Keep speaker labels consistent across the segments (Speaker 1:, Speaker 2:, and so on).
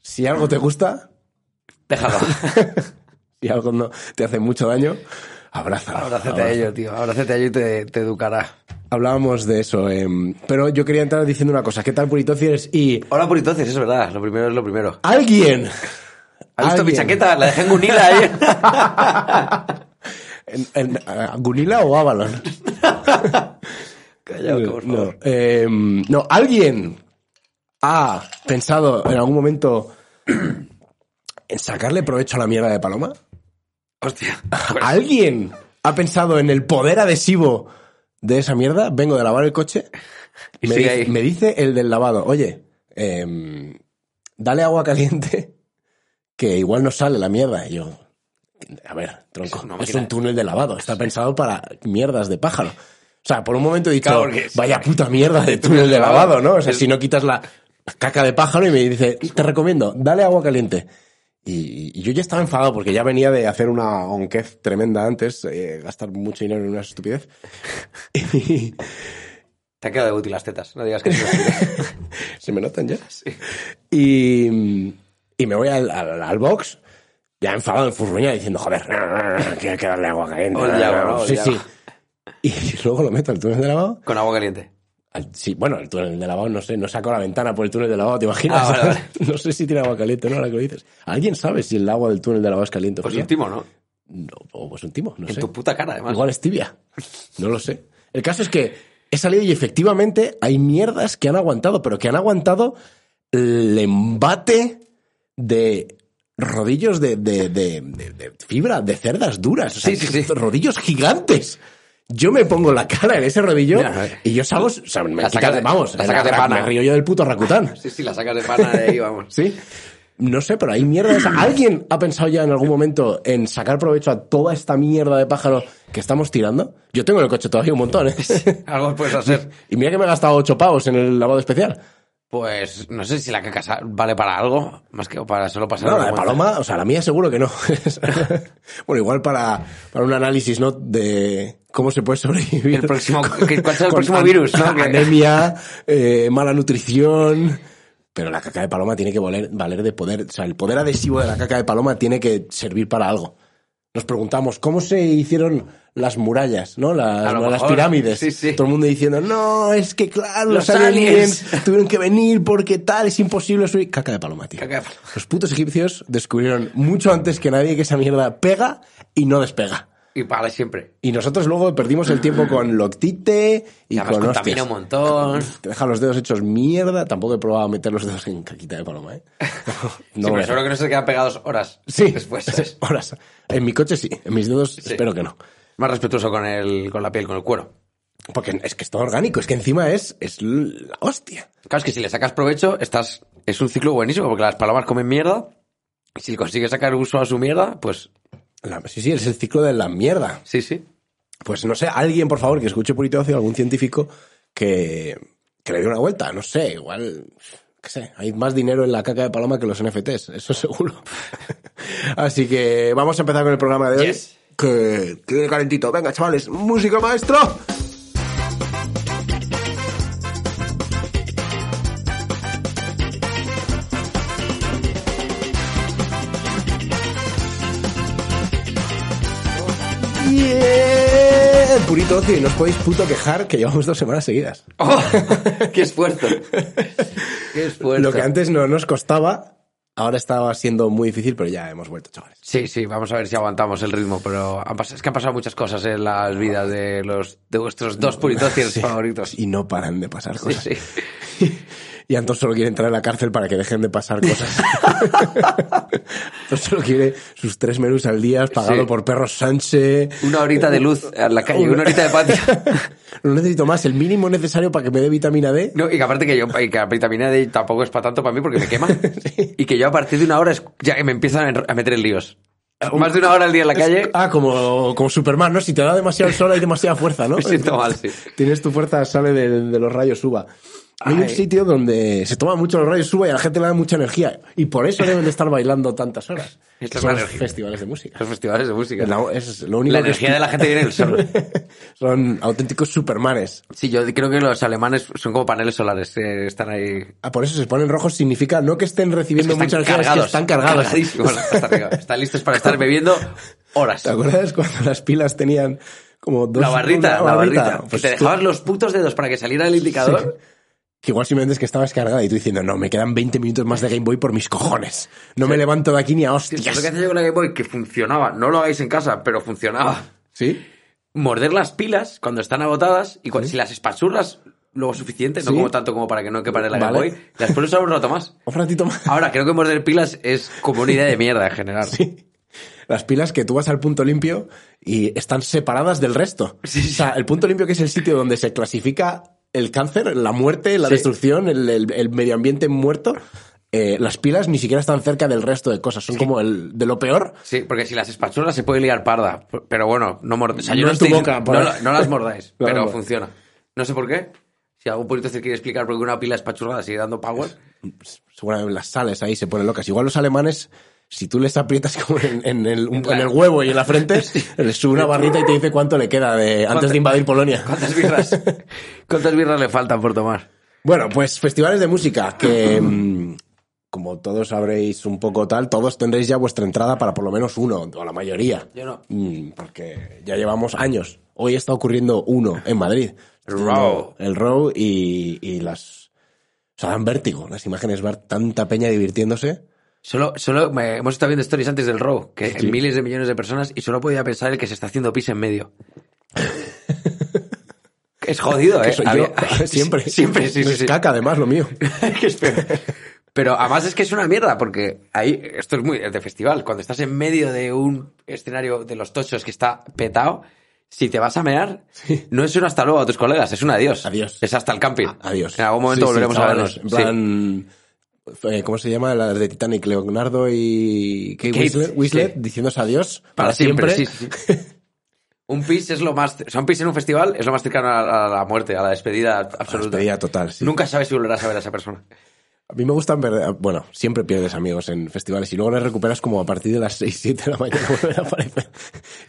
Speaker 1: Si algo te gusta,
Speaker 2: Déjalo.
Speaker 1: si algo no te hace mucho daño, abrázalo.
Speaker 2: Abrázate a
Speaker 1: abrázalo.
Speaker 2: ello, tío. Abrázate a ello y te, te educará.
Speaker 1: Hablábamos de eso, em, pero yo quería entrar diciendo una cosa. ¿Qué tal, Puritociers? Y
Speaker 2: Hola por entonces, es verdad. Lo primero es lo primero.
Speaker 1: alguien...
Speaker 2: ¿Has visto mi
Speaker 1: alguien-
Speaker 2: chaqueta? La dejé en Gunila ayer.
Speaker 1: en- en- a- ¿Gunila o Avalon?
Speaker 2: Callao, que por
Speaker 1: No,
Speaker 2: favor.
Speaker 1: em, no, alguien ha pensado en algún momento en sacarle provecho a la mierda de Paloma.
Speaker 2: Hostia.
Speaker 1: ¿Alguien ha pensado en el poder adhesivo de esa mierda? Vengo de lavar el coche.
Speaker 2: Y
Speaker 1: Me,
Speaker 2: sigue
Speaker 1: dice,
Speaker 2: ahí.
Speaker 1: me dice el del lavado, oye, em, dale agua caliente que igual no sale la mierda. Y yo, a ver, tronco,
Speaker 2: Es
Speaker 1: es,
Speaker 2: una máquina.
Speaker 1: un túnel de lavado, está pensado para mierdas de pájaro. O sea, por un momento he dicho,
Speaker 2: Claro, porque-
Speaker 1: vaya puta mierda de túnel de lavado, ¿no? O sea, si no quitas la caca de pájaro y me dice, te recomiendo, dale agua caliente. Y, y yo ya estaba enfadado porque ya venía de hacer una onquez tremenda antes, eh, gastar mucho dinero en una estupidez. Y-
Speaker 2: Te han quedado de útil las tetas. No digas que sí.
Speaker 1: ¿Se me notan ya? Y, y me voy al, al, al box, ya enfadado en furruña, diciendo, joder, que hay que darle agua caliente.
Speaker 2: Oye, agua,
Speaker 1: sí,
Speaker 2: oye,
Speaker 1: sí.
Speaker 2: agua.
Speaker 1: Y luego lo meto al túnel de lavado.
Speaker 2: Con agua caliente.
Speaker 1: Al- sí, bueno, el túnel de lavado, no sé, no saco la ventana por el túnel de lavado, ¿te imaginas?
Speaker 2: Ah, vale, vale.
Speaker 1: no sé si tiene agua caliente o no, ahora que lo dices. ¿Alguien sabe si el agua del túnel de lavado es caliente o
Speaker 2: Pues
Speaker 1: fría?
Speaker 2: un timo, ¿no?
Speaker 1: No, o es un timo, no
Speaker 2: En
Speaker 1: sé.
Speaker 2: tu puta cara, además.
Speaker 1: Igual es tibia. No lo sé. El caso es que he salido y efectivamente hay mierdas que han aguantado, pero que han aguantado el embate de rodillos de, de- de- de- de fibra, de cerdas duras. O sea,
Speaker 2: Sí, sí, sí.
Speaker 1: Rodillos gigantes. Yo me pongo la cara en ese rodillo
Speaker 2: Mira,
Speaker 1: y yo salgo, o sea, me
Speaker 2: la
Speaker 1: quita-
Speaker 2: sacas de-
Speaker 1: vamos,
Speaker 2: la sacas de
Speaker 1: me
Speaker 2: pana.
Speaker 1: río yo del puto Rakután.
Speaker 2: Sí, sí, la sacas de pana de ahí, vamos.
Speaker 1: ¿Sí? No sé, pero hay mierda. de esa. ¿Alguien ha pensado ya en algún momento en sacar provecho a toda esta mierda de pájaro que estamos tirando? Yo tengo en el coche todavía un montón, ¿eh?
Speaker 2: Algo puedes hacer.
Speaker 1: Y mira que me he gastado ocho pavos en el lavado especial.
Speaker 2: Pues no sé si la caca sa- vale para algo, más que para solo pasar
Speaker 1: No, la de
Speaker 2: vergüenza.
Speaker 1: Paloma, o sea, la mía seguro que no. bueno, igual para, para un análisis, ¿no? De cómo se puede sobrevivir.
Speaker 2: El próximo- que- ¿cuál será el
Speaker 1: con
Speaker 2: próximo virus, no? Que-
Speaker 1: Anemia, eh, mala nutrición. Pero la caca de paloma tiene que valer, valer de poder. O sea, el poder adhesivo de la caca de paloma tiene que servir para algo. Nos preguntamos, ¿cómo se hicieron las murallas, no? Las,
Speaker 2: A lo
Speaker 1: las
Speaker 2: mejor.
Speaker 1: pirámides.
Speaker 2: Sí, sí.
Speaker 1: Todo el mundo diciendo, no, es que claro,
Speaker 2: Los
Speaker 1: los, aliens,
Speaker 2: aliens.
Speaker 1: tuvieron que venir porque tal, es imposible subir. Caca de paloma, tío.
Speaker 2: Caca de paloma.
Speaker 1: Los putos egipcios descubrieron mucho antes que nadie que esa mierda pega y no despega.
Speaker 2: Y para siempre.
Speaker 1: Y nosotros luego perdimos el tiempo con Loctite y
Speaker 2: Y además
Speaker 1: con
Speaker 2: contamina
Speaker 1: hostias.
Speaker 2: un montón.
Speaker 1: Te deja los dedos hechos mierda. Tampoco he probado a meter los dedos en caquita de paloma, ¿eh?
Speaker 2: sí,
Speaker 1: lo voy
Speaker 2: pero
Speaker 1: a
Speaker 2: seguro que no se quedan pegados horas
Speaker 1: Sí,
Speaker 2: después.
Speaker 1: sí, horas. En mi coche sí, en mis dedos espero que no.
Speaker 2: Más respetuoso con, el, con la piel, con el cuero.
Speaker 1: Porque es que es todo orgánico, es que encima es, es la hostia.
Speaker 2: Claro, es que si le sacas provecho, estás es un ciclo buenísimo, porque las palomas comen mierda. Y si le consigues sacar uso a su mierda, pues
Speaker 1: La- sí, sí, es el ciclo de la mierda.
Speaker 2: sí, sí.
Speaker 1: Pues no sé, alguien, por favor, que escuche Purito Ocio, algún científico que, que le dé una vuelta. No sé, igual, qué sé, hay más dinero en la caca de paloma que los NFTs, eso seguro. Así que vamos a empezar con el programa de hoy.
Speaker 2: Yes.
Speaker 1: Que, que viene calentito. Venga, chavales, música maestro. Yeah. Purito Ocio, y nos podéis puto quejar que llevamos dos semanas seguidas.
Speaker 2: ¡Oh! ¡Qué esfuerzo! ¡Qué esfuerzo!
Speaker 1: Lo que antes no nos costaba, ahora estaba siendo muy difícil, pero ya hemos vuelto, chavales.
Speaker 2: Sí, sí, vamos a ver si aguantamos el ritmo, pero han pas- es que han pasado muchas cosas en las vidas de los de vuestros dos puritocios favoritos.
Speaker 1: Y no paran de pasar
Speaker 2: Sí,
Speaker 1: cosas.
Speaker 2: sí.
Speaker 1: Y Anton solo quiere entrar a la cárcel para que dejen de pasar cosas. Anton solo quiere sus tres menús al día pagado
Speaker 2: Sí.
Speaker 1: por perros Sánchez.
Speaker 2: Una horita de luz en la calle, una horita de patio.
Speaker 1: No necesito más, el mínimo necesario para que me dé vitamina D.
Speaker 2: No, y que aparte que yo, y que la vitamina D tampoco es para tanto para mí porque me quema. Y que yo a partir de una hora es- ya que me empiezan a enro- a meter en líos. Más de una hora al día en la calle,
Speaker 1: Ah, como, como Superman, ¿no? Si te da demasiado sol hay demasiada fuerza, ¿no?
Speaker 2: me siento mal, sí.
Speaker 1: Tienes tu fuerza, sale del- de, los rayos uva. Hay un
Speaker 2: Ay.
Speaker 1: sitio donde se toma mucho el rollo suba y a la gente le da mucha energía. Y por eso deben de estar bailando tantas horas.
Speaker 2: Esto
Speaker 1: Que
Speaker 2: es
Speaker 1: son
Speaker 2: la
Speaker 1: los
Speaker 2: energía.
Speaker 1: festivales de música.
Speaker 2: Los festivales de música. La,
Speaker 1: La- es lo único que
Speaker 2: energía de la gente viene del sol.
Speaker 1: son auténticos supermanes.
Speaker 2: Sí, yo creo que los alemanes son como paneles solares. eh, están ahí.
Speaker 1: Ah, por eso se ponen rojos significa no que estén
Speaker 2: Es que
Speaker 1: recibiendo
Speaker 2: están
Speaker 1: mucha energía, es que están cargados.
Speaker 2: cargadísimos, hasta arriba. Están listos para estar bebiendo horas.
Speaker 1: ¿Te acuerdas cuando las pilas tenían como dos...
Speaker 2: La barrita,
Speaker 1: una
Speaker 2: la barrita.
Speaker 1: Pues
Speaker 2: que te
Speaker 1: tú-
Speaker 2: dejabas los putos dedos para que saliera el indicador.
Speaker 1: que igual simplemente es que estabas cargada y tú diciendo, no, me quedan 20 minutos más de Game Boy por mis cojones. No me levanto de aquí ni a
Speaker 2: Tío,
Speaker 1: hostias.
Speaker 2: Lo que hacía yo con la Game Boy, que funcionaba. No lo hagáis en casa, pero funcionaba.
Speaker 1: ¿Sí?
Speaker 2: Morder las pilas cuando están agotadas y cuando, si las espachurras luego suficiente, no
Speaker 1: Sí.
Speaker 2: como tanto como para que no quepare la Game
Speaker 1: Vale.
Speaker 2: Boy, las puedes usar un rato más.
Speaker 1: Un ratito más.
Speaker 2: Ahora, creo que morder pilas es como una idea de mierda en general.
Speaker 1: Sí. Las pilas que tú vas al punto limpio y están separadas del resto. O sea, el punto limpio que es el sitio donde se clasifica el cáncer, la muerte, la
Speaker 2: Sí.
Speaker 1: destrucción, el, el- el medio ambiente muerto. eh, las pilas ni siquiera están cerca del resto de cosas. Son como el, de lo peor.
Speaker 2: Sí, porque si las espachurras se puede liar parda. P- Pero bueno, no mordáis.
Speaker 1: No en tu boca, por-
Speaker 2: no, la- no las mordáis,
Speaker 1: No las
Speaker 2: pero
Speaker 1: mordáis.
Speaker 2: funciona. No sé por qué. Si algún político se quiere explicar por qué una pila espachurrada sigue dando power.
Speaker 1: Seguramente las sales ahí se ponen locas. Igual los alemanes, si tú les aprietas como en, en el, un- en el huevo y en la frente, les sube una barrita y te dice cuánto le queda de, antes
Speaker 2: ¿Cuánto-
Speaker 1: de invadir Polonia.
Speaker 2: ¿Cuántas birras, ¿Cuántas birras le faltan por tomar?
Speaker 1: Bueno, pues festivales de música, que mm, como todos sabréis un poco tal, todos tendréis ya vuestra entrada para por lo menos uno, o la mayoría.
Speaker 2: Yo no.
Speaker 1: Mm, Porque ya llevamos años. Hoy está ocurriendo uno en Madrid.
Speaker 2: El Row.
Speaker 1: El Row y, y las... O sea, dan vértigo. Las imágenes, ver tanta peña divirtiéndose.
Speaker 2: Solo, solo me- hemos estado viendo stories antes del row, que miles de millones de personas, y solo podía pensar el que se está haciendo pis en medio. es jodido,
Speaker 1: Que
Speaker 2: ¿eh?
Speaker 1: soy
Speaker 2: Había-
Speaker 1: yo, siempre.
Speaker 2: Siempre, sí,
Speaker 1: No
Speaker 2: sí,
Speaker 1: es
Speaker 2: sí.
Speaker 1: caca, además, lo mío.
Speaker 2: Que es peor. Pero además es que es una mierda, porque ahí, esto es muy de festival, cuando estás en medio de un escenario de los tochos que está petado, si te vas a mear, no es un hasta luego a tus colegas, es un adiós.
Speaker 1: Adiós.
Speaker 2: Es hasta el camping.
Speaker 1: Adiós.
Speaker 2: En algún momento
Speaker 1: Sí, sí,
Speaker 2: volveremos a
Speaker 1: chavales,
Speaker 2: vernos.
Speaker 1: En
Speaker 2: Sí.
Speaker 1: plan... eh, ¿Cómo se llama? Las de Titanic, Leonardo y Kate,
Speaker 2: Kate,
Speaker 1: Winslet, Winslet
Speaker 2: sí.
Speaker 1: diciéndose adiós para,
Speaker 2: Para siempre,
Speaker 1: siempre. Ah,
Speaker 2: sí, sí, sí. Un pis es lo más... O sea, un pis en un festival es lo más cercano a a la muerte, a la despedida absoluta.
Speaker 1: Despedida total, sí.
Speaker 2: Nunca sabes si volverás a ver a esa persona.
Speaker 1: A mí me gustan perder, bueno, siempre pierdes amigos en festivales y luego les recuperas como a partir de las 6, 7 de la mañana vuelven a aparecer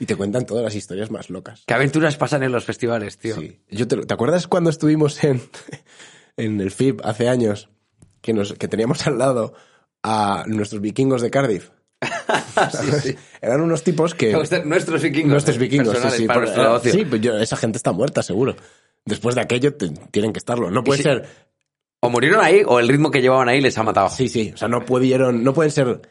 Speaker 1: y te cuentan todas las historias más locas.
Speaker 2: ¿Qué aventuras pasan en los festivales, tío?
Speaker 1: Sí. Yo te, lo- ¿te acuerdas cuando estuvimos en, en el FIB hace años que, nos, que teníamos al lado a nuestros vikingos de Cardiff? Eran unos tipos que...
Speaker 2: Nuestros- Ah, Nuestros vikingos.
Speaker 1: Nuestros
Speaker 2: eh,
Speaker 1: vikingos, sí,
Speaker 2: personales,
Speaker 1: sí.
Speaker 2: para
Speaker 1: pero-
Speaker 2: nuestro negocio.
Speaker 1: sí, pero yo- esa gente está muerta, seguro. Después de aquello te- tienen que estarlo. No puede
Speaker 2: si-
Speaker 1: ser
Speaker 2: O murieron ahí, o el ritmo que llevaban ahí les ha matado.
Speaker 1: Sí, sí. O sea, no pudieron, no pueden ser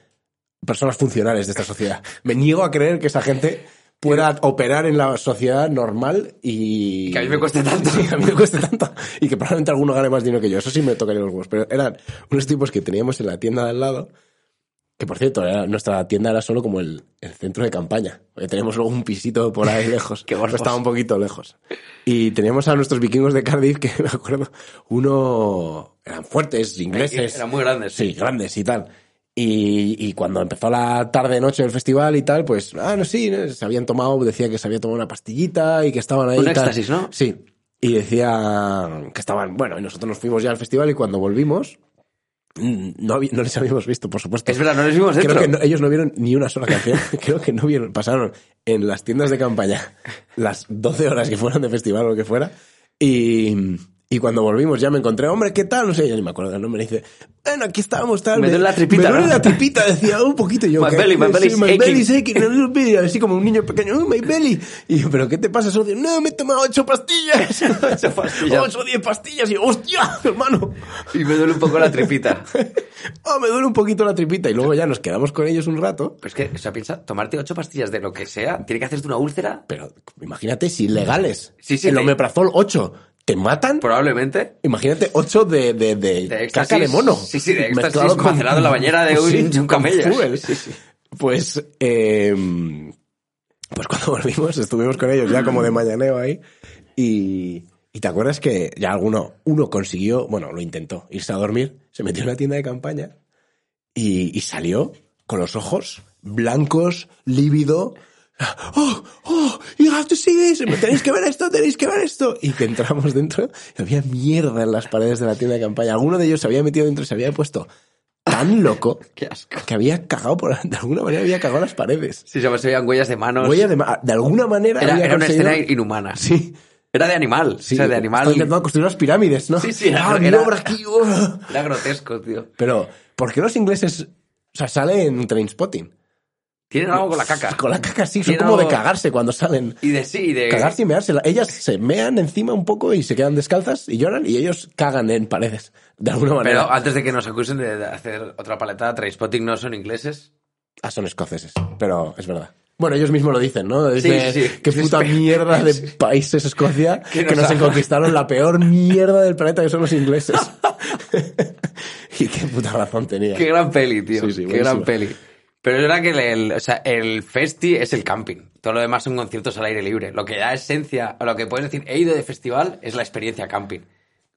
Speaker 1: personas funcionales de esta sociedad. Me niego a creer que esa gente pueda operar en la sociedad normal y...
Speaker 2: Que a mí me cueste tanto.
Speaker 1: Sí, a mí me cueste tanto. Y que probablemente alguno gane más dinero que yo. Eso sí me tocaría los huevos. Pero eran unos tipos que teníamos en la tienda de al lado, que por cierto, era- nuestra tienda era solo como el, el centro de campaña. Porque teníamos luego un pisito por ahí lejos.
Speaker 2: Qué
Speaker 1: Pero
Speaker 2: guapos.
Speaker 1: estaba un poquito lejos. Y teníamos a nuestros vikingos de Cardiff, que me acuerdo, uno... Eran fuertes, ingleses.
Speaker 2: Eran muy grandes.
Speaker 1: Sí, grandes y tal. Y, y cuando empezó la tarde-noche del festival y tal, pues, ah, no, sí, ¿no? se habían tomado, decía que se había tomado una pastillita y que estaban ahí.
Speaker 2: Un
Speaker 1: y tal.
Speaker 2: éxtasis, ¿no?
Speaker 1: Sí. Y decía que estaban, bueno, y nosotros nos fuimos ya al festival y cuando volvimos, mm, no, habí- no les habíamos visto, por supuesto.
Speaker 2: Es verdad, no les vimos dentro.
Speaker 1: Creo que no- ellos no vieron ni una sola canción. Creo que no vieron. Pasaron en las tiendas de campaña las 12 horas que fueran de festival o lo que fuera. Y, y cuando volvimos ya me encontré, hombre, ¿qué tal? No sé, yo ni me acuerdo del nombre. Y dice, bueno, aquí estábamos tal.
Speaker 2: Me duele la tripita,
Speaker 1: Me duele
Speaker 2: ¿no?
Speaker 1: la tripita, decía, un poquito. Y yo,
Speaker 2: My
Speaker 1: "¿Qué?
Speaker 2: belly, my
Speaker 1: Sí,
Speaker 2: belly's aching".
Speaker 1: belly's aching, a little bit. Así como un niño pequeño, "Oh, my belly. Y yo, ¿pero qué te pasa, socio? No, me he tomado ocho pastillas.
Speaker 2: Ocho pastillas.
Speaker 1: Ocho o diez pastillas. Y yo, hostia, hermano.
Speaker 2: Y me duele un poco la tripita.
Speaker 1: Ah, me duele un poquito la tripita. Y luego ya nos quedamos con ellos un rato.
Speaker 2: Pero es que, o sea, piensa, tomarte ocho pastillas de lo que sea, tiene que hacerte una úlcera,
Speaker 1: Pero imagínate si legales.
Speaker 2: Sí, sí,
Speaker 1: el
Speaker 2: te-
Speaker 1: omeprazol 8 te matan.
Speaker 2: probablemente.
Speaker 1: Imagínate 8 de, de, de,
Speaker 2: De éxtasis.
Speaker 1: caca de mono.
Speaker 2: Sí, sí, de éxtasis
Speaker 1: Mezclado
Speaker 2: macerado en la bañera de un- de un
Speaker 1: con
Speaker 2: camello.
Speaker 1: fuel.
Speaker 2: Sí, sí.
Speaker 1: Pues, eh, pues cuando volvimos estuvimos con ellos ya como de mañaneo ahí y, y te acuerdas que ya alguno, uno consiguió, bueno, lo intentó, irse a dormir, se metió en la tienda de campaña y, y salió con los ojos blancos, lívido, ¡Oh! ¡Oh! ¡You have to see this! ¡Tenéis que ver esto! ¡Tenéis que ver esto! Y que entramos dentro y había mierda en las paredes de la tienda de campaña. Alguno de ellos se había metido dentro y se había puesto tan loco
Speaker 2: Qué asco.
Speaker 1: que había cagado por... De alguna manera había cagado las paredes.
Speaker 2: Sí, se me- se veían huellas de manos.
Speaker 1: Huella de, ma- de alguna manera
Speaker 2: era,
Speaker 1: había
Speaker 2: era una
Speaker 1: conseguido-
Speaker 2: escena inhumana.
Speaker 1: Sí.
Speaker 2: Era de animal.
Speaker 1: Sí,
Speaker 2: o sea, de
Speaker 1: estaba
Speaker 2: animal.
Speaker 1: intentando construir las pirámides, ¿no?
Speaker 2: Sí, sí, era-
Speaker 1: Ah, mi
Speaker 2: era-
Speaker 1: obra aquí, uh.
Speaker 2: Era grotesco, tío.
Speaker 1: Pero, ¿por qué los ingleses... O sea, salen en Trainspotting.
Speaker 2: Tienen algo con la caca. Eh,
Speaker 1: Con la caca sí, son
Speaker 2: Quiero-
Speaker 1: como de cagarse cuando salen.
Speaker 2: Y de sí, y de.
Speaker 1: Cagarse y mearse. La- Ellas se mean encima un poco y se quedan descalzas y lloran y ellos cagan en paredes. De alguna manera.
Speaker 2: Pero antes de que nos acusen de hacer otra paletada, Trainspotting no son ingleses.
Speaker 1: Ah, son escoceses. Pero es verdad. Bueno, ellos mismos lo dicen, ¿no?
Speaker 2: Sí,
Speaker 1: Dicen,
Speaker 2: sí, sí.
Speaker 1: Qué puta mierda de país es Escocia
Speaker 2: Que
Speaker 1: que
Speaker 2: nos
Speaker 1: nos,
Speaker 2: ama".
Speaker 1: conquistaron la peor mierda del planeta que son los ingleses. y qué puta razón tenía.
Speaker 2: Qué gran peli, tío.
Speaker 1: Sí, sí,
Speaker 2: Qué gran
Speaker 1: buenísima.
Speaker 2: peli. Pero es verdad que el, el- o sea, el festi es el camping. Todo lo demás son conciertos al aire libre. Lo que da esencia, o lo que puedes decir, he ido de festival, es la experiencia camping.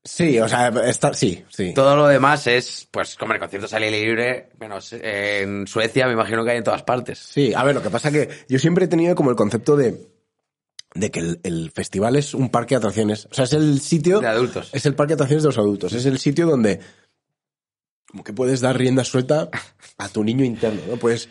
Speaker 1: Sí, o sea, está, sí, sí.
Speaker 2: Todo lo demás es, pues, comer conciertos al aire libre, menos eh, en Suecia, me imagino que hay en todas partes.
Speaker 1: Sí, a ver, lo que pasa que yo siempre he tenido como el concepto de, de que el, el festival es un parque de atracciones. O sea, es el sitio...
Speaker 2: De adultos.
Speaker 1: Es el parque de atracciones de los adultos. Es el sitio donde como que puedes dar rienda suelta a tu niño interno, ¿no? Puedes...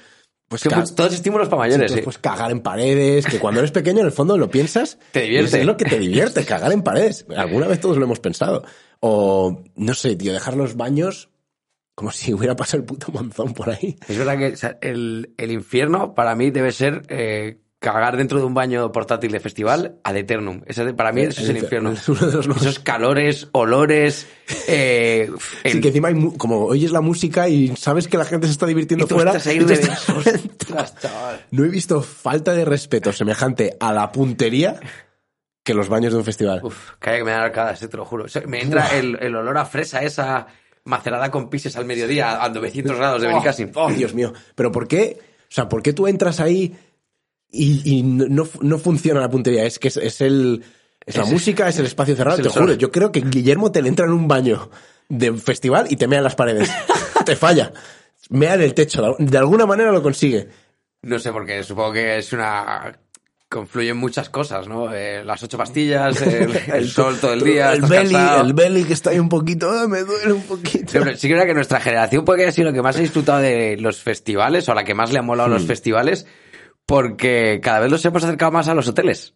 Speaker 1: Pues,
Speaker 2: Es que
Speaker 1: ca-
Speaker 2: pues, todos estímulos para mayores,
Speaker 1: sí,
Speaker 2: sí.
Speaker 1: pues cagar en paredes, que cuando eres pequeño en el fondo lo piensas.
Speaker 2: Te divierte.
Speaker 1: y Es lo que te divierte, cagar en paredes. Alguna vez todos lo hemos pensado. O, no sé, tío, dejar los baños como si hubiera pasado el puto monzón por ahí.
Speaker 2: Es verdad que o sea, el, el infierno para mí debe ser eh, cagar dentro de un baño portátil de festival ad eternum. Eso, de- para mí eso es Eh, el infierno.
Speaker 1: Es uno de los
Speaker 2: Esos calores, olores. eh, el-
Speaker 1: Sí, que encima hay mu- como oyes la música y sabes que la gente se está divirtiendo
Speaker 2: y tú
Speaker 1: fuera.
Speaker 2: estás ahí
Speaker 1: y tú
Speaker 2: de-
Speaker 1: estás-
Speaker 2: Ostras, chaval.
Speaker 1: No he visto falta de respeto semejante a la puntería que los baños de un festival.
Speaker 2: Uf, calla que me dan arcadas, eh, te lo juro. O sea, me entra el, el olor a fresa esa macerada con pises al mediodía a 900 grados de Benicassim.
Speaker 1: Oh, Dios mío. Pero ¿por qué? O sea, ¿por qué tú entras ahí y, y no- no, fu- no funciona la puntería? Es que es, es el. Es la
Speaker 2: Es-
Speaker 1: música, es el espacio cerrado,
Speaker 2: es el
Speaker 1: te
Speaker 2: sol.
Speaker 1: juro. Yo creo que Guillermo te le entra en un baño de un festival y te mea en las paredes. te falla. Mea en el techo. De alguna manera lo consigue.
Speaker 2: No sé, porque supongo que es una... Confluyen muchas cosas, ¿no? Eh, las ocho pastillas, el, el sol todo el día,
Speaker 1: El
Speaker 2: estás
Speaker 1: belly,
Speaker 2: cansado.
Speaker 1: el belly que está ahí un poquito, ah, me duele un poquito.
Speaker 2: Sí, pero sí que era que nuestra generación puede que haya sido lo que más ha disfrutado de los festivales o la que más le ha molado
Speaker 1: Hmm.
Speaker 2: los festivales porque cada vez los hemos acercado más a los hoteles.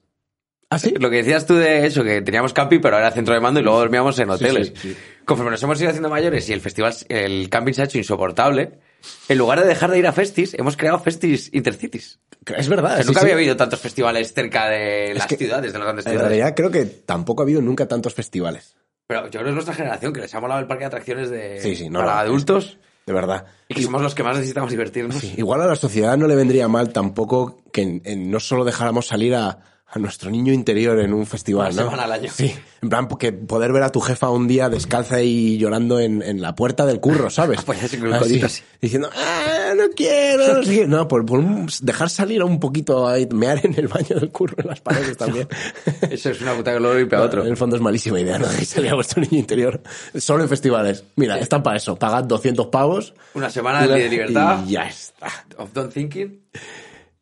Speaker 1: ¿Ah, sí?
Speaker 2: Lo que decías tú de eso, que teníamos camping pero ahora era centro de mando y luego dormíamos en hoteles.
Speaker 1: sí, sí.
Speaker 2: Conforme nos hemos ido haciendo mayores y el festival, el camping se ha hecho insoportable, en lugar de dejar de ir a festis, hemos creado festis intercities.
Speaker 1: Es verdad.
Speaker 2: O sea,
Speaker 1: sí,
Speaker 2: nunca
Speaker 1: sí.
Speaker 2: había habido tantos festivales cerca de las
Speaker 1: que-
Speaker 2: ciudades, de las grandes
Speaker 1: En
Speaker 2: ciudades.
Speaker 1: realidad creo que tampoco ha habido nunca tantos festivales.
Speaker 2: Pero yo creo que es nuestra generación que les ha molado el parque de atracciones de,
Speaker 1: Sí, sí, no,
Speaker 2: para
Speaker 1: no, es-
Speaker 2: adultos
Speaker 1: De verdad.
Speaker 2: y que somos los que más necesitamos divertirnos.
Speaker 1: Sí, Igual a la sociedad no le vendría mal tampoco que en- en no solo dejáramos salir a, a nuestro niño interior en un festival,
Speaker 2: Una
Speaker 1: ¿no?
Speaker 2: semana al año.
Speaker 1: Sí, en plan, porque poder ver a tu jefa un día descalza y llorando en, en la puerta del curro, ¿sabes?
Speaker 2: Apoyarse Pues con el codito así.
Speaker 1: Diciendo, ¡ah, no quiero! No, sé qué. No, por, por un- dejar salir a un poquito ahí, mear en el baño del curro, en las paredes también.
Speaker 2: Eso es una puta que lo limpia otro.
Speaker 1: En el fondo es malísima idea, ¿no? Y salir a vuestro niño interior solo en festivales. Mira, están para eso. Pagad 200 pavos.
Speaker 2: Una semana de libertad,
Speaker 1: Y ya está.
Speaker 2: of don't thinking.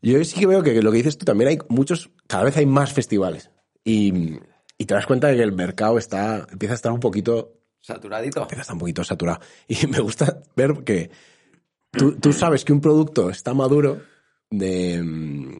Speaker 1: Yo sí que veo que lo que dices tú también hay muchos, cada vez hay más festivales. Y, y te das cuenta de que el mercado está, empieza a estar un poquito,
Speaker 2: Saturadito.
Speaker 1: empieza a estar un poquito saturado. Y me gusta ver que tú, tú sabes que un producto está maduro de, mm,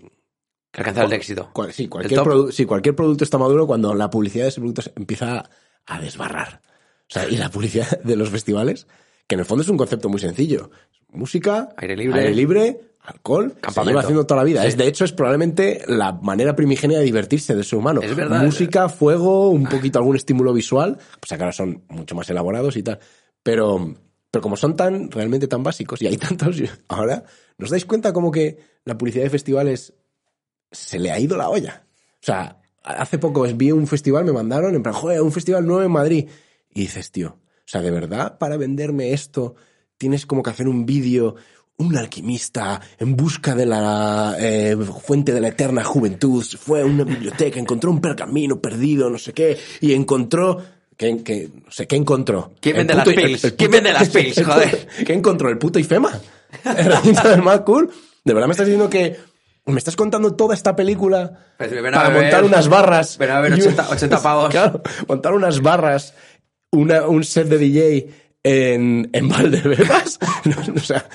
Speaker 2: Que alcanzar el éxito.
Speaker 1: cual- sí,
Speaker 2: El
Speaker 1: cualquier
Speaker 2: top.
Speaker 1: produ- sí, cualquier producto está maduro cuando la publicidad de ese producto se empieza a desbarrar. O sea, y la publicidad de los festivales, que en el fondo es un concepto muy sencillo. Música,
Speaker 2: Aire libre.
Speaker 1: libre, alcohol, se
Speaker 2: Campamento.
Speaker 1: lleva haciendo toda la vida.
Speaker 2: Sí.
Speaker 1: Es, de hecho, es probablemente la manera primigenia de divertirse de ser humano.
Speaker 2: Es verdad. Ah.
Speaker 1: Música, fuego, un poquito algún estímulo visual. Pues que ahora son mucho más elaborados y tal. Pero, pero como son tan, realmente tan básicos, y hay tantos ahora, ¿nos dais cuenta como que la publicidad de festivales se le ha ido la olla. O sea, hace poco vi un festival, me mandaron, en plan, joder, un festival nuevo en Madrid. Y dices, tío, o sea, de verdad, para venderme esto, tienes como que hacer un vídeo, un alquimista en busca de la eh, fuente de la eterna juventud, fue a una biblioteca, encontró un pergamino perdido, no sé qué, y encontró... ¿Qué, qué, no sé, ¿qué encontró?
Speaker 2: ¿Quién
Speaker 1: El
Speaker 2: vende las
Speaker 1: puto- el-
Speaker 2: pills?
Speaker 1: el
Speaker 2: ¿Quién
Speaker 1: puto-
Speaker 2: vende las pills?
Speaker 1: el puto-
Speaker 2: Joder.
Speaker 1: ¿Qué encontró? ¿El puto IFEMA? ¿El recinto del más cool? ¿De verdad me estás diciendo que me estás contando toda esta película
Speaker 2: Pues ven a
Speaker 1: para
Speaker 2: beber-
Speaker 1: montar unas barras.
Speaker 2: ven a beber
Speaker 1: y un-
Speaker 2: 80 80 pavos.
Speaker 1: Claro, montar unas barras, una- un set de DJ en, en Valdebebas. No, no, o sea,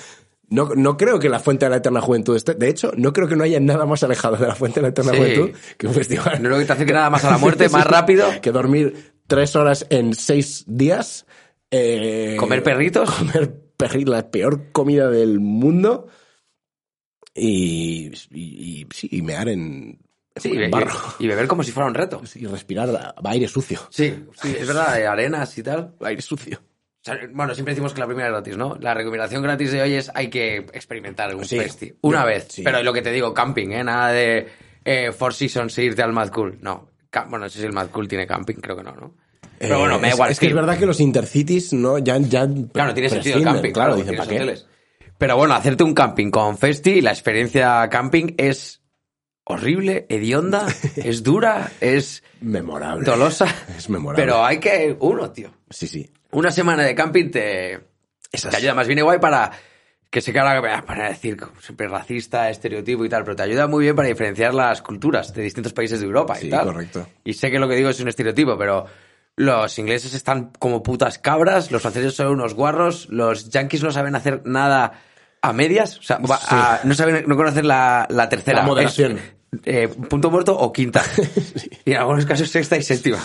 Speaker 1: no, no creo que la Fuente de la Eterna Juventud esté. De hecho, no creo que no haya nada más alejado de la Fuente de la Eterna
Speaker 2: Sí.
Speaker 1: Juventud que un festival.
Speaker 2: No lo que te acerque nada más a la muerte,
Speaker 1: Sí,
Speaker 2: más
Speaker 1: sí.
Speaker 2: rápido.
Speaker 1: Que dormir tres horas en seis días. eh,
Speaker 2: Comer perritos.
Speaker 1: Comer perritos, la peor comida del mundo. Y, y, y sí, y mear en,
Speaker 2: Sí,
Speaker 1: en
Speaker 2: y,
Speaker 1: barro.
Speaker 2: y beber como si fuera un reto.
Speaker 1: Y respirar a- a aire sucio.
Speaker 2: Sí, sí, es verdad, de arenas y tal.
Speaker 1: Aire sucio.
Speaker 2: O sea, bueno, siempre decimos que la primera es gratis, ¿no? La recomendación gratis de hoy es hay que experimentar un
Speaker 1: Sí.
Speaker 2: festi. Una
Speaker 1: Yo-
Speaker 2: vez.
Speaker 1: sí.
Speaker 2: Pero lo que te digo, camping, ¿eh? Nada de eh, Four Seasons e irte al Mad Cool. No. Ca- Bueno, no sé si el Mad Cool tiene camping, creo que no, ¿no? Pero
Speaker 1: Eh,
Speaker 2: bueno, me da
Speaker 1: es-
Speaker 2: igual.
Speaker 1: Es que es
Speaker 2: sí.
Speaker 1: verdad que los intercities no, ya, ya
Speaker 2: Claro, no tiene sentido el
Speaker 1: prescinden,
Speaker 2: camping.
Speaker 1: Claro,
Speaker 2: Claro,
Speaker 1: dicen,
Speaker 2: tienes
Speaker 1: ¿para qué?
Speaker 2: hoteles. Pero bueno, hacerte un camping con Festi y la experiencia camping es horrible, hedionda, es dura, es
Speaker 1: Memorable.
Speaker 2: dolosa.
Speaker 1: Es memorable.
Speaker 2: Pero hay que. Uno, tío.
Speaker 1: Sí, sí.
Speaker 2: Una semana de camping te,
Speaker 1: Esas-
Speaker 2: te ayuda. Más viene guay para. Que sé que ahora me van a decir como siempre racista, estereotipo y tal, pero te ayuda muy bien para diferenciar las culturas de distintos países de Europa y
Speaker 1: Sí,
Speaker 2: tal.
Speaker 1: correcto.
Speaker 2: Y sé que lo que digo es un estereotipo, pero los ingleses están como putas cabras, los franceses son unos guarros, los yankees no saben hacer nada a medias, o sea, va- a- no saben, no conocen la, la tercera.
Speaker 1: La moderación.
Speaker 2: Es, eh, punto muerto o quinta. Y en algunos casos sexta y séptima.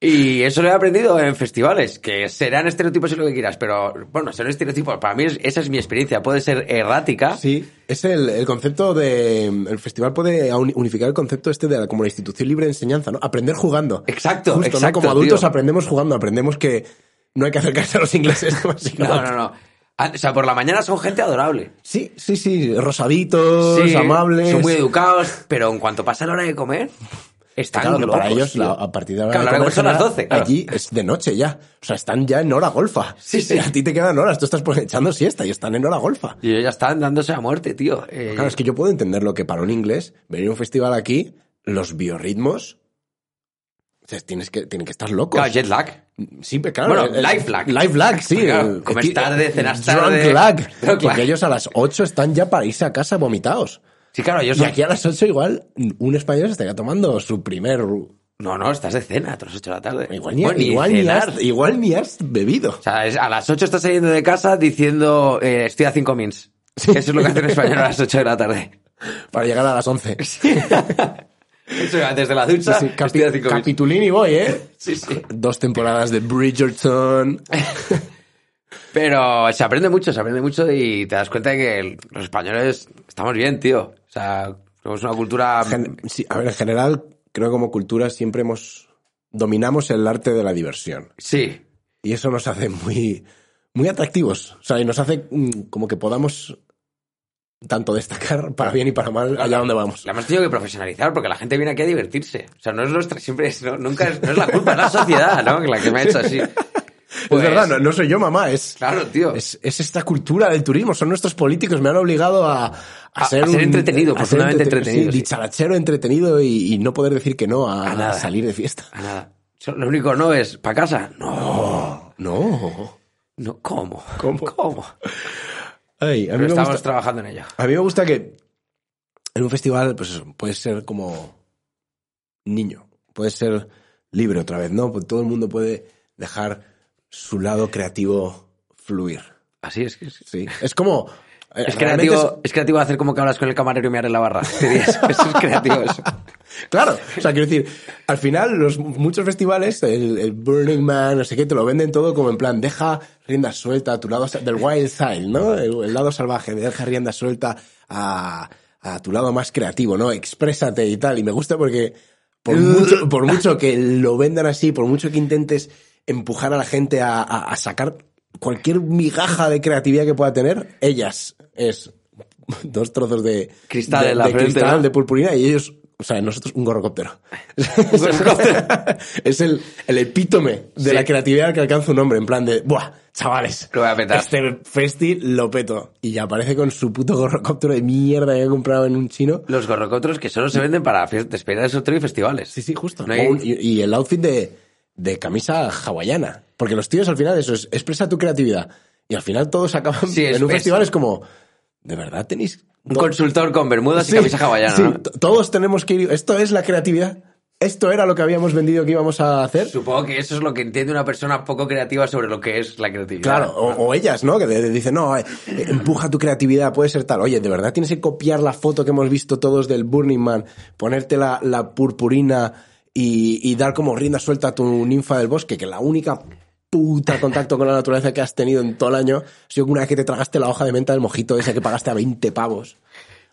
Speaker 2: Y eso lo he aprendido en festivales, que serán estereotipos y lo que quieras, pero bueno, son estereotipos. Para mí es- esa es mi experiencia, puede ser errática.
Speaker 1: Sí, es el, el concepto de... El festival puede uni- unificar el concepto este de la, como la institución libre de enseñanza, ¿no? Aprender jugando.
Speaker 2: Exacto,
Speaker 1: Justo, ¿no?
Speaker 2: exacto,
Speaker 1: Como adultos
Speaker 2: tío.
Speaker 1: aprendemos jugando, aprendemos que no hay que acercarse a los ingleses.
Speaker 2: No, no, no. Ah, O sea, por la mañana son gente adorable.
Speaker 1: Sí, sí, sí, rosaditos,
Speaker 2: Sí,
Speaker 1: amables.
Speaker 2: Son muy educados, pero en cuanto pasa la hora de comer, están
Speaker 1: Claro,
Speaker 2: locos,
Speaker 1: para ellos,
Speaker 2: tío.
Speaker 1: la- a partir de ahora...
Speaker 2: Claro, la hora de comer son las 12. claro.
Speaker 1: Allí es de noche ya. O sea, están ya en hora golfa.
Speaker 2: Sí, sí.
Speaker 1: A ti te quedan horas, tú estás pues, echando siesta y están en hora golfa.
Speaker 2: Y ellos ya están dándose a muerte, tío. Eh,
Speaker 1: Claro, es que yo puedo entender lo que para un inglés, venir a un festival aquí, los biorritmos... o sea, Tienes que, tienen que estar locos.
Speaker 2: claro, jet lag.
Speaker 1: Sí, pero claro.
Speaker 2: Bueno,
Speaker 1: el- el-
Speaker 2: life lag.
Speaker 1: Life lag, sí.
Speaker 2: Claro,
Speaker 1: el-
Speaker 2: comes
Speaker 1: el-
Speaker 2: tarde, cenas
Speaker 1: drunk
Speaker 2: tarde.
Speaker 1: lag.
Speaker 2: Pero claro.
Speaker 1: Porque ellos a las 8 están ya para irse a casa vomitados.
Speaker 2: Sí, claro, ellos
Speaker 1: Y
Speaker 2: son-
Speaker 1: aquí a las 8 igual un español se estaría tomando su primer...
Speaker 2: No, no, estás de cena a las 8 de la tarde.
Speaker 1: Igual ni,
Speaker 2: Bueno,
Speaker 1: igual ni
Speaker 2: cenar.
Speaker 1: has, igual ni has bebido.
Speaker 2: O sea, es- a las 8 estás saliendo de casa diciendo, eh, estoy a 5 mins. Eso es lo que hacen en español a las 8 de la tarde.
Speaker 1: Para llegar a las 11.
Speaker 2: Eso, desde la ducha,
Speaker 1: Sí, capi-
Speaker 2: estoy a 5 mins.
Speaker 1: Capitulini voy, ¿eh?
Speaker 2: Sí, sí.
Speaker 1: Dos temporadas de Bridgerton.
Speaker 2: Pero se aprende mucho, se aprende mucho y te das cuenta de que el- los españoles estamos bien, tío. O sea, somos una cultura...
Speaker 1: Gen- sí, a ver, en general, creo que como cultura siempre hemos... Dominamos el arte de la diversión.
Speaker 2: Sí,
Speaker 1: Y eso nos hace muy, muy atractivos. O sea, y nos hace mm, como que podamos tanto destacar para bien y para mal allá donde vamos.
Speaker 2: La hemos tenido que profesionalizar porque la gente viene aquí a divertirse. O sea, no es nuestra, siempre es, no, nunca es, no es la culpa, es la sociedad, ¿no? La que me ha hecho así. Pues,
Speaker 1: es verdad, no, no soy yo mamá, es,
Speaker 2: Claro, tío.
Speaker 1: es, es esta cultura del turismo. Son nuestros políticos, me han obligado a, a
Speaker 2: A- a ser entretenido, profundamente
Speaker 1: entrete-
Speaker 2: entretenido,
Speaker 1: sí,
Speaker 2: sí.
Speaker 1: dicharachero entretenido y, y no poder decir que no a,
Speaker 2: A nada.
Speaker 1: a salir de fiesta.
Speaker 2: A nada. So- Lo único no es, ¿para casa? No,
Speaker 1: No.
Speaker 2: Oh, no, ¿cómo?
Speaker 1: ¿Cómo?
Speaker 2: ¿Cómo?
Speaker 1: Ay, a, mí
Speaker 2: Pero
Speaker 1: me
Speaker 2: estamos
Speaker 1: gusta,
Speaker 2: trabajando en ello.
Speaker 1: a mí me gusta que en un festival pues eso, puedes ser como niño, puedes ser libre otra vez, ¿no? Pues todo el mundo puede dejar su lado creativo fluir.
Speaker 2: Así es que es.
Speaker 1: Sí. Es como... eh,
Speaker 2: Es
Speaker 1: realmente
Speaker 2: creativo, es creativo hacer como que hablas con el camarero y mear en la barra. Te dices, Eso es creativo, eso.
Speaker 1: Claro, o sea, quiero decir, al final los muchos festivales, el, el Burning Man, no sé qué, te lo venden todo como en plan, deja rienda suelta a tu lado, sa- del wild side, ¿no? El, el lado salvaje, deja rienda suelta a, a tu lado más creativo, ¿no? Exprésate y tal, y me gusta porque por mucho, por mucho que lo vendan así, por mucho que intentes empujar a la gente a, a- a sacar cualquier migaja de creatividad que pueda tener, ellas es dos trozos de
Speaker 2: Cristal
Speaker 1: de,
Speaker 2: en la
Speaker 1: de
Speaker 2: frente,
Speaker 1: cristal,
Speaker 2: ¿no?
Speaker 1: de purpurina y ellos, o sea, nosotros un gorrocóptero. es el, el epítome de
Speaker 2: Sí.
Speaker 1: la creatividad que alcanza un hombre, en plan de, ¡buah, chavales!
Speaker 2: Lo voy a petar.
Speaker 1: Este festi lo peto. Y ya aparece con su puto gorrocóptero de mierda que he comprado en un chino.
Speaker 2: Los gorrocotros que solo se venden para fiestas, despedidas de soltero y festivales.
Speaker 1: Sí, sí, justo.
Speaker 2: No hay-
Speaker 1: O un- y, y el outfit de, de camisa hawaiana. Porque los tíos al final eso es, expresa tu creatividad. Y al final todos acaban
Speaker 2: Sí, es-
Speaker 1: en un
Speaker 2: es-
Speaker 1: festival es como, ¿de verdad tenéis
Speaker 2: Un consultor con bermudas
Speaker 1: Sí,
Speaker 2: y camisa hawaiana,
Speaker 1: sí,
Speaker 2: ¿no?
Speaker 1: t- todos tenemos que ir. Esto es la creatividad. Esto era lo que habíamos vendido que íbamos a hacer.
Speaker 2: Supongo que eso es lo que entiende una persona poco creativa sobre lo que es la creatividad.
Speaker 1: Claro, o, o ellas, ¿no? Que de- de- dicen, no, eh, eh, empuja tu creatividad, puede ser tal. Oye, ¿de verdad tienes que copiar la foto que hemos visto todos del Burning Man, ponerte la, la purpurina y, y dar como rienda suelta a tu ninfa del bosque? Que la única puta contacto con la naturaleza que has tenido en todo el año ha sido una vez que te tragaste la hoja de menta del mojito esa que pagaste a 20 pavos.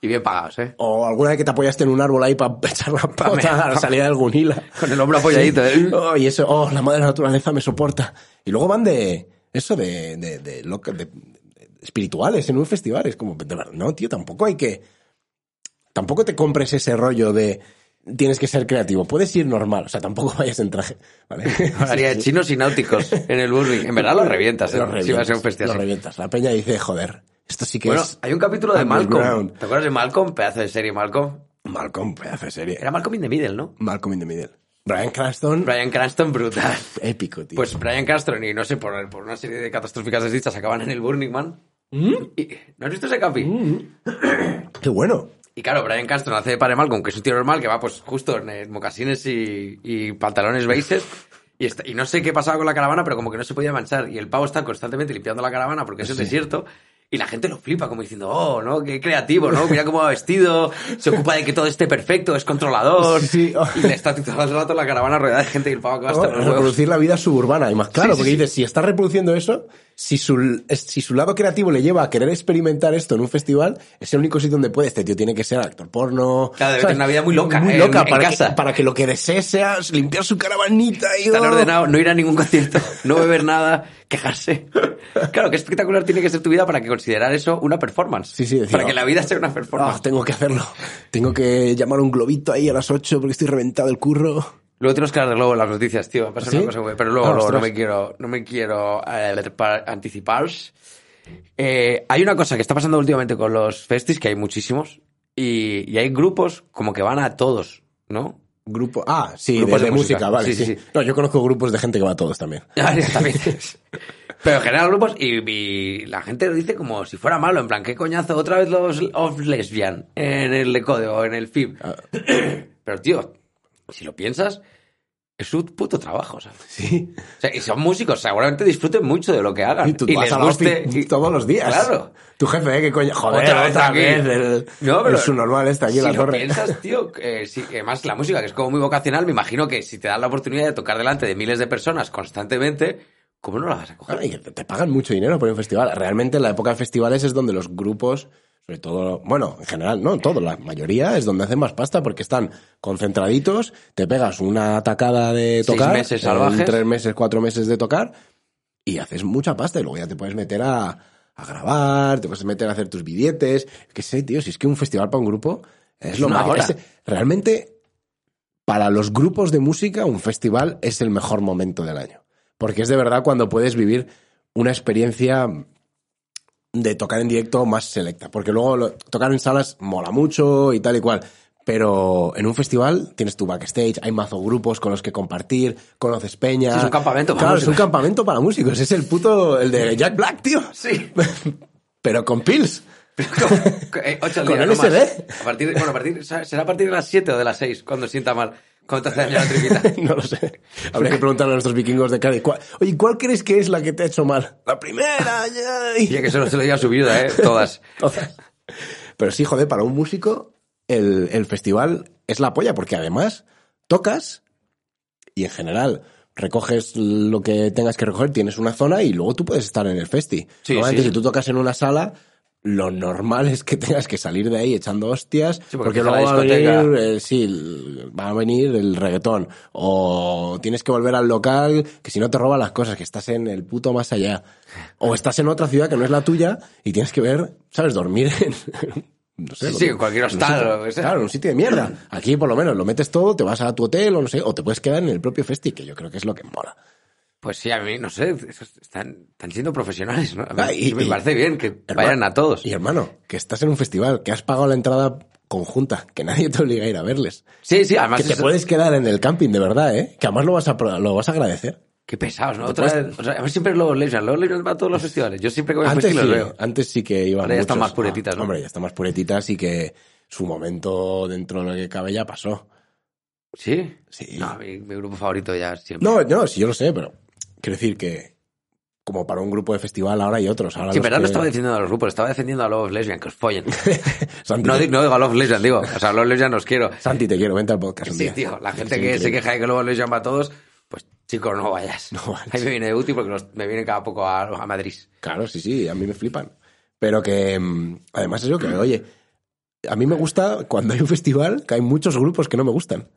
Speaker 2: Y bien pagados, ¿eh?
Speaker 1: O alguna vez que te apoyaste en un árbol ahí para echar la pata a la
Speaker 2: mear.
Speaker 1: salida de algún hila.
Speaker 2: Con el hombro apoyadito, ¿eh?
Speaker 1: Oh, y eso, oh, la madre naturaleza me soporta. Y luego van de eso de, de, de loca- de- de espirituales en un festival. Es como, de verdad, no, tío, tampoco hay que. Tampoco te compres ese rollo de tienes que ser creativo. Puedes ir normal, o sea, tampoco vayas en traje. ¿vale?
Speaker 2: Hablaría de chinos y náuticos en el Burning. En verdad los revientas, ¿eh?
Speaker 1: Los
Speaker 2: Si va a
Speaker 1: revientas,
Speaker 2: ser un festival.
Speaker 1: los
Speaker 2: así.
Speaker 1: revientas. La peña dice, joder, esto sí que
Speaker 2: Bueno,
Speaker 1: es.
Speaker 2: hay un capítulo de Malcolm.
Speaker 1: Underground.
Speaker 2: ¿Te acuerdas de Malcolm? Pedazo de serie, Malcolm.
Speaker 1: Malcolm, pedazo de serie.
Speaker 2: Era Malcolm in the Middle, ¿no?
Speaker 1: Malcolm in the Middle. Brian Cranston,
Speaker 2: Brian Cranston, brutal.
Speaker 1: épico, tío.
Speaker 2: Pues Brian Cranston y no sé, por, por una serie de catastróficas desdichas acaban en el Burning Man.
Speaker 1: ¿Mm?
Speaker 2: Y- ¿No has visto ese capi?
Speaker 1: Qué bueno.
Speaker 2: Y claro, Brian Castro hace de Padre Malcolm, que es un tío normal que va pues justo en eh, mocasines y, y pantalones beises. Y, está- y no sé qué pasaba con la caravana, pero como que no se podía manchar. Y el pavo está constantemente limpiando la caravana porque es el desierto. Y la gente lo flipa, como diciendo, oh, ¿no? Qué creativo, ¿no? Mira cómo va vestido, se ocupa de que todo esté perfecto, es controlador.
Speaker 1: Sí, sí.
Speaker 2: Y le está todo el rato la caravana rodeada de gente y el pavo que va hasta
Speaker 1: Oh,
Speaker 2: los huevos.
Speaker 1: reproducir la vida suburbana y más claro
Speaker 2: Sí, sí,
Speaker 1: porque
Speaker 2: sí.
Speaker 1: dices si está reproduciendo eso si su es- si su lado creativo le lleva a querer experimentar esto en un festival es el único sitio donde puede este tío tiene que ser actor porno
Speaker 2: Claro,
Speaker 1: ¿sabes?
Speaker 2: debe tener una vida muy loca, en- en
Speaker 1: para que,
Speaker 2: casa.
Speaker 1: para que lo que desee sea limpiar su caravanita y
Speaker 2: Tan
Speaker 1: oh.
Speaker 2: ordenado, no ir a ningún concierto, no beber nada, quejarse. Claro, qué espectacular tiene que ser tu vida para que considerar eso una performance.
Speaker 1: Sí, sí, decir,
Speaker 2: para que
Speaker 1: oh,
Speaker 2: la vida sea una
Speaker 1: Ah,
Speaker 2: performance.
Speaker 1: tengo que hacerlo tengo que llamar a un globito ahí a las 8 porque estoy reventado el curro
Speaker 2: Luego tenemos que hablar de luego las noticias, tío. Va a pasar
Speaker 1: ¿Sí?
Speaker 2: una cosa, güey. Pero luego,
Speaker 1: Ah,
Speaker 2: luego, no
Speaker 1: ostras.
Speaker 2: me quiero, no me quiero eh, pa- anticipar. Eh, hay una cosa que está pasando últimamente con los festis, que hay muchísimos, y, y hay grupos como que van a todos, ¿no?
Speaker 1: grupo ah sí de,
Speaker 2: Grupos de
Speaker 1: de música.
Speaker 2: música,
Speaker 1: vale
Speaker 2: sí,
Speaker 1: sí,
Speaker 2: sí, sí.
Speaker 1: no yo conozco grupos de gente que va a todos también
Speaker 2: Varios también. Pero en general grupos y, y la gente lo dice como si fuera malo, en plan, ¿qué coñazo? Otra vez los off lesbian en el Lecode o en el FIB.
Speaker 1: Ah.
Speaker 2: Pero tío, si lo piensas, es un puto trabajo, ¿sabes?
Speaker 1: sí
Speaker 2: O sea, y son músicos, seguramente disfruten mucho de lo que hagan.
Speaker 1: Y tú vas
Speaker 2: les
Speaker 1: a la
Speaker 2: guste-
Speaker 1: ofi
Speaker 2: y-
Speaker 1: todos los días.
Speaker 2: Claro.
Speaker 1: Tu jefe, ¿eh? ¿Qué coño? Joder, otra,
Speaker 2: Otra vez aquí.
Speaker 1: vez. El,
Speaker 2: No, pero-
Speaker 1: el subnormal está aquí en
Speaker 2: si
Speaker 1: la
Speaker 2: lo
Speaker 1: torre.
Speaker 2: piensas, tío, que sí, que además la música, que es como muy vocacional, me imagino que si te dan la oportunidad de tocar delante de miles de personas constantemente, ¿cómo no la vas a coger?
Speaker 1: Claro, y te, te pagan mucho dinero por un festival. Realmente en la época de festivales es donde los grupos, sobre todo, bueno, en general, no, todo, la mayoría es donde hacen más pasta porque están concentraditos, te pegas una atacada de
Speaker 2: Seis
Speaker 1: tocar,
Speaker 2: meses
Speaker 1: en
Speaker 2: salvajes.
Speaker 1: tres meses, cuatro meses de tocar, y haces mucha pasta y luego ya te puedes meter a, a grabar, te puedes meter a hacer tus billetes, qué sé, tío, si es que un festival para un grupo es lo
Speaker 2: una
Speaker 1: más...
Speaker 2: hora.
Speaker 1: es- Realmente para los grupos de música, un festival es el mejor momento del año. Porque es de verdad cuando puedes vivir una experiencia de tocar en directo más selecta. Porque luego lo- tocar en salas mola mucho y tal y cual. Pero en un festival tienes tu backstage, hay mazo grupos con los que compartir, conoces peña.
Speaker 2: Sí, es un campamento para
Speaker 1: Claro, es un
Speaker 2: músicos.
Speaker 1: campamento para músicos. Es el puto, el de Jack Black, tío.
Speaker 2: Sí.
Speaker 1: Pero con pills.
Speaker 2: con, eh, ocho al
Speaker 1: Con
Speaker 2: día, no
Speaker 1: LSD.
Speaker 2: más. A partir, bueno, a partir, será a partir de las 7 o de las 6, cuando sienta mal, cuando te hace daño la tripita.
Speaker 1: No lo sé. Habría que preguntarle a nuestros vikingos de Cádiz. ¿cuál- Oye, ¿cuál crees que es la que te ha hecho mal? La primera. ya.
Speaker 2: Y que solo se lo diga a su viuda, ¿eh? Todas.
Speaker 1: Todas. Pero sí, joder, para un músico el, el festival es la polla, porque además tocas y en general recoges lo que tengas que recoger, tienes una zona y luego tú puedes estar en el festi.
Speaker 2: Sí,
Speaker 1: Normalmente
Speaker 2: sí.
Speaker 1: si tú tocas en una sala, lo normal es que tengas que salir de ahí echando hostias,
Speaker 2: Sí,
Speaker 1: porque,
Speaker 2: porque empieza la
Speaker 1: luego va a
Speaker 2: discoteca.
Speaker 1: venir, eh, sí, el- va a venir el reggaetón, o tienes que volver al local, que si no te roban las cosas, que estás en el puto más allá, o estás en otra ciudad que no es la tuya y tienes que ver, ¿sabes? Dormir en... No sé,
Speaker 2: Sí,
Speaker 1: lo
Speaker 2: sí,
Speaker 1: que-
Speaker 2: en cualquier
Speaker 1: un
Speaker 2: hostal
Speaker 1: sitio-
Speaker 2: o lo que sea.
Speaker 1: Claro, un sitio de mierda. Aquí por lo menos lo metes todo, te vas a tu hotel o no sé, o te puedes quedar en el propio festi, que yo creo que es lo que mola.
Speaker 2: Pues sí, a mí, no sé, esos están, están siendo profesionales, ¿no? A mí
Speaker 1: Ah, y-
Speaker 2: sí me
Speaker 1: y-
Speaker 2: parece bien que
Speaker 1: Hermano-
Speaker 2: vayan a todos.
Speaker 1: Y hermano, que estás en un festival, que has pagado la entrada conjunta, que nadie te obliga a ir a verles.
Speaker 2: Sí, sí, además...
Speaker 1: Que te
Speaker 2: eso-
Speaker 1: puedes quedar en el camping, de verdad, ¿eh? Que además lo vas a, pro- lo vas a agradecer.
Speaker 2: Qué pesados, ¿no? Otra vez, o sea, a ver, siempre Lobos Legends. Lobos Legends va a todos los festivales. Yo siempre pues que voy a un
Speaker 1: Antes sí,
Speaker 2: festival los veo.
Speaker 1: antes sí que iban
Speaker 2: Ahora ya están
Speaker 1: muchos.
Speaker 2: más puretitas, ¿no?
Speaker 1: Hombre, ya están más puretitas y que su momento dentro de lo que cabe ya pasó.
Speaker 2: ¿Sí?
Speaker 1: Sí.
Speaker 2: No, mi, mi grupo favorito ya siempre.
Speaker 1: No, no, sí, yo lo sé, pero quiero decir que como para un grupo de festival ahora hay otros. Ahora
Speaker 2: sí,
Speaker 1: los
Speaker 2: pero no
Speaker 1: que-
Speaker 2: estaba defendiendo a los grupos, estaba defendiendo a Lobos Lesbian, que os follen.
Speaker 1: Santi,
Speaker 2: No,
Speaker 1: te-
Speaker 2: di- no digo a Lobos Lesbian, digo. O sea, a Lobos Lesbian os quiero.
Speaker 1: Santi, te quiero, vente al podcast un
Speaker 2: Sí,
Speaker 1: día.
Speaker 2: tío, la gente
Speaker 1: Es
Speaker 2: que se
Speaker 1: increíble.
Speaker 2: queja de que luego les llama a todos, pues chicos, no vayas.
Speaker 1: No vayas.
Speaker 2: Ahí me viene de útil porque los- me viene cada poco a, a Madrid.
Speaker 1: Claro, sí, sí, a mí me flipan. Pero que, mm, además eso, que, oye, a mí me gusta, cuando hay un festival, que hay muchos grupos que no me gustan.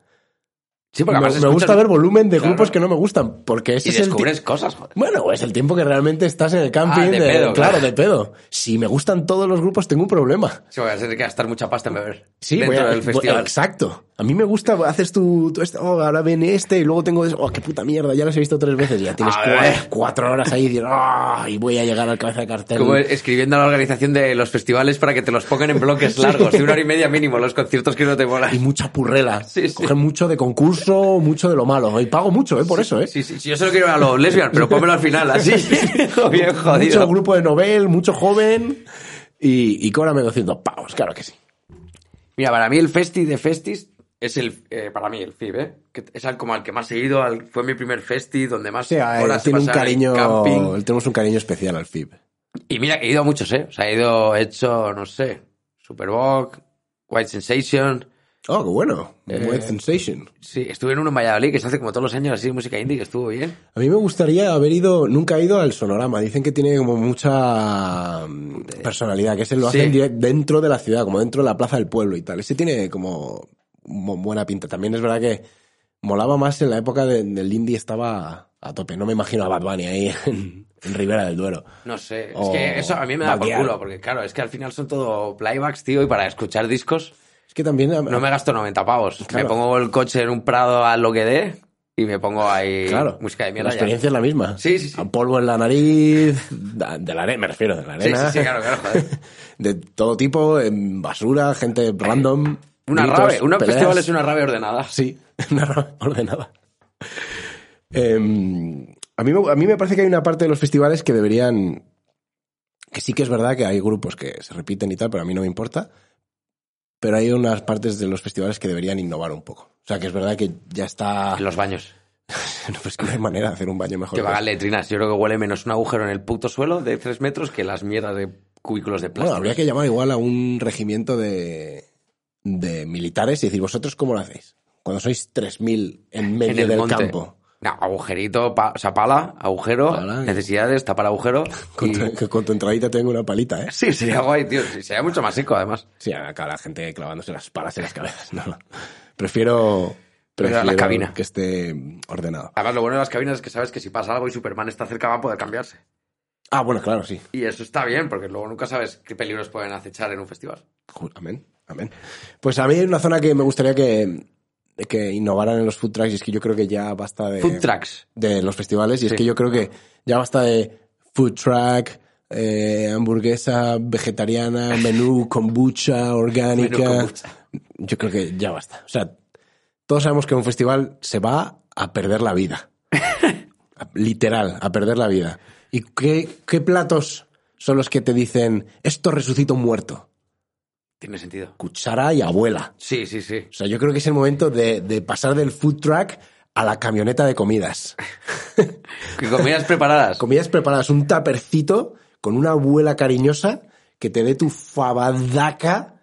Speaker 2: Sí,
Speaker 1: Me,
Speaker 2: porque además
Speaker 1: me gusta
Speaker 2: escuchas-
Speaker 1: ver volumen de
Speaker 2: Claro.
Speaker 1: grupos que no me gustan, porque ese
Speaker 2: Y
Speaker 1: es el... ti-
Speaker 2: descubres cosas, joder.
Speaker 1: Bueno, es el tiempo que realmente estás en el camping.
Speaker 2: Ah, de
Speaker 1: de- claro,
Speaker 2: pedo, claro.
Speaker 1: de pedo. Si me gustan todos los grupos, tengo un problema.
Speaker 2: Sí, voy a tener que gastar mucha pasta en beber.
Speaker 1: Sí,
Speaker 2: dentro
Speaker 1: voy a-
Speaker 2: del
Speaker 1: voy-
Speaker 2: festival.
Speaker 1: exacto. A mí me gusta, haces tu, tu esto, oh, ahora viene este y luego tengo, des- oh, qué puta mierda, ya los he visto tres veces, ya tienes
Speaker 2: A
Speaker 1: cua-
Speaker 2: ver.
Speaker 1: cuatro, horas ahí y dices, "Ah, y voy a llegar al cabeza de cartel.
Speaker 2: Como escribiendo a la organización de los festivales para que te los pongan en bloques largos, de una hora y media mínimo, los conciertos que no te molan.
Speaker 1: Y mucha purrela.
Speaker 2: Sí, sí.
Speaker 1: Coger mucho de concurso, mucho de lo malo. Y pago mucho, ¿eh? Por eso, ¿eh?
Speaker 2: Sí, sí, sí, yo solo quiero ir a los lesbian, pero pónmelo al final, así. Bien
Speaker 1: Mucho
Speaker 2: jodido.
Speaker 1: grupo de novel, mucho joven y, y cóbrame 200 pavos, claro que sí.
Speaker 2: Mira, para mí el Festi de Festis es el, eh, para mí el FIB, ¿eh? Que es al- como al que más he ido, al- fue mi primer Festi, donde más
Speaker 1: O sea,
Speaker 2: horas
Speaker 1: tiene un
Speaker 2: pasaba en
Speaker 1: cariño,
Speaker 2: camping.
Speaker 1: tenemos un cariño especial al FIB.
Speaker 2: Y mira, he ido a muchos, ¿eh? O sea, he ido, he hecho, no sé, Superbock, White Sensation.
Speaker 1: Oh, qué bueno.
Speaker 2: Eh,
Speaker 1: Buen sensation.
Speaker 2: Sí, estuve en uno en Valladolid, que se hace como todos los años así de música indie, que estuvo bien.
Speaker 1: A mí me gustaría haber ido, nunca he ido al Sonorama. Dicen que tiene como mucha mm, personalidad, que ese lo
Speaker 2: Sí.
Speaker 1: hacen direct- dentro de la ciudad, como dentro de la plaza del pueblo y tal. Ese tiene como mo- buena pinta. También es verdad que molaba más en la época de- del indie estaba a tope. No me imagino a Bad Bunny ahí en, en Ribera del Duero.
Speaker 2: No sé, es
Speaker 1: O
Speaker 2: que eso a mí me da por
Speaker 1: Valdear.
Speaker 2: culo, porque claro, es que al final son todo playbacks, tío, y para escuchar discos
Speaker 1: Es que también...
Speaker 2: no me gasto 90 pavos.
Speaker 1: Claro.
Speaker 2: Me pongo el coche en un prado a lo que dé y me pongo ahí
Speaker 1: Claro,
Speaker 2: música de
Speaker 1: la
Speaker 2: mierda. ya.
Speaker 1: experiencia es la misma.
Speaker 2: Sí, sí, sí.
Speaker 1: A polvo en la nariz, da- de la arena, me refiero, de la
Speaker 2: Sí,
Speaker 1: arena.
Speaker 2: sí, sí, claro, claro, joder.
Speaker 1: De todo tipo, en basura, gente random.
Speaker 2: Una
Speaker 1: gritos,
Speaker 2: rave, un
Speaker 1: peleas.
Speaker 2: festival es una rave ordenada.
Speaker 1: Sí, una rave ordenada. Em, a, mí, me- a mí me parece que hay una parte de los festivales que deberían... Que sí que es verdad que hay grupos que se repiten y tal, pero a mí no me importa. Pero hay unas partes de los festivales que deberían innovar un poco. O sea, que es verdad que ya está...
Speaker 2: En Ah, los baños.
Speaker 1: No, pues que no hay manera de hacer un baño mejor. que
Speaker 2: Que
Speaker 1: este.
Speaker 2: vagan letrinas. Yo creo que huele menos un agujero en el puto suelo de 3 metros que las mierdas de cubículos de
Speaker 1: Bueno,
Speaker 2: plástico.
Speaker 1: habría que llamar igual a un regimiento de, de militares y decir, ¿vosotros cómo lo hacéis? Cuando sois 3.000 en medio
Speaker 2: en el
Speaker 1: del
Speaker 2: monte.
Speaker 1: campo.
Speaker 2: No, agujerito, pa- o sea, pala, agujero,
Speaker 1: Pala y-
Speaker 2: necesidades, tapar agujero.
Speaker 1: Con,
Speaker 2: y-
Speaker 1: tu, que con tu entradita tengo una palita, ¿eh?
Speaker 2: Sí, sería guay, tío. Sí, sería mucho más seco, además.
Speaker 1: Sí, acá la gente clavándose las palas en las cabezas. No, no. Prefiero,
Speaker 2: Pero la
Speaker 1: prefiero
Speaker 2: cabina.
Speaker 1: que esté ordenado.
Speaker 2: Además, lo bueno de las cabinas es que sabes que si pasa algo y Superman está cerca, va a poder cambiarse.
Speaker 1: Ah, bueno, claro, sí.
Speaker 2: Y eso está bien, porque luego nunca sabes qué peligros pueden acechar en un festival.
Speaker 1: Ju- Amén, amén. Pues a mí hay una zona que me gustaría que, que innovaran en los food trucks y es que yo creo que ya basta de...
Speaker 2: Food trucks.
Speaker 1: de los festivales y
Speaker 2: Sí.
Speaker 1: es que yo creo que ya basta de food track, eh, hamburguesa vegetariana, menú kombucha orgánica.
Speaker 2: Menú kombucha.
Speaker 1: Yo creo que ya basta. O sea, todos sabemos que un festival se va a perder la vida. A- Literal, a perder la vida. ¿Y qué, qué platos son los que te dicen esto resucita un muerto?
Speaker 2: Tiene sentido.
Speaker 1: Cuchara y abuela.
Speaker 2: Sí, sí, sí.
Speaker 1: O sea, yo creo que es el momento de, de pasar del food track a la camioneta de comidas.
Speaker 2: Que comidas preparadas.
Speaker 1: comidas preparadas, un tapercito con una abuela cariñosa que te dé tu fabadaca.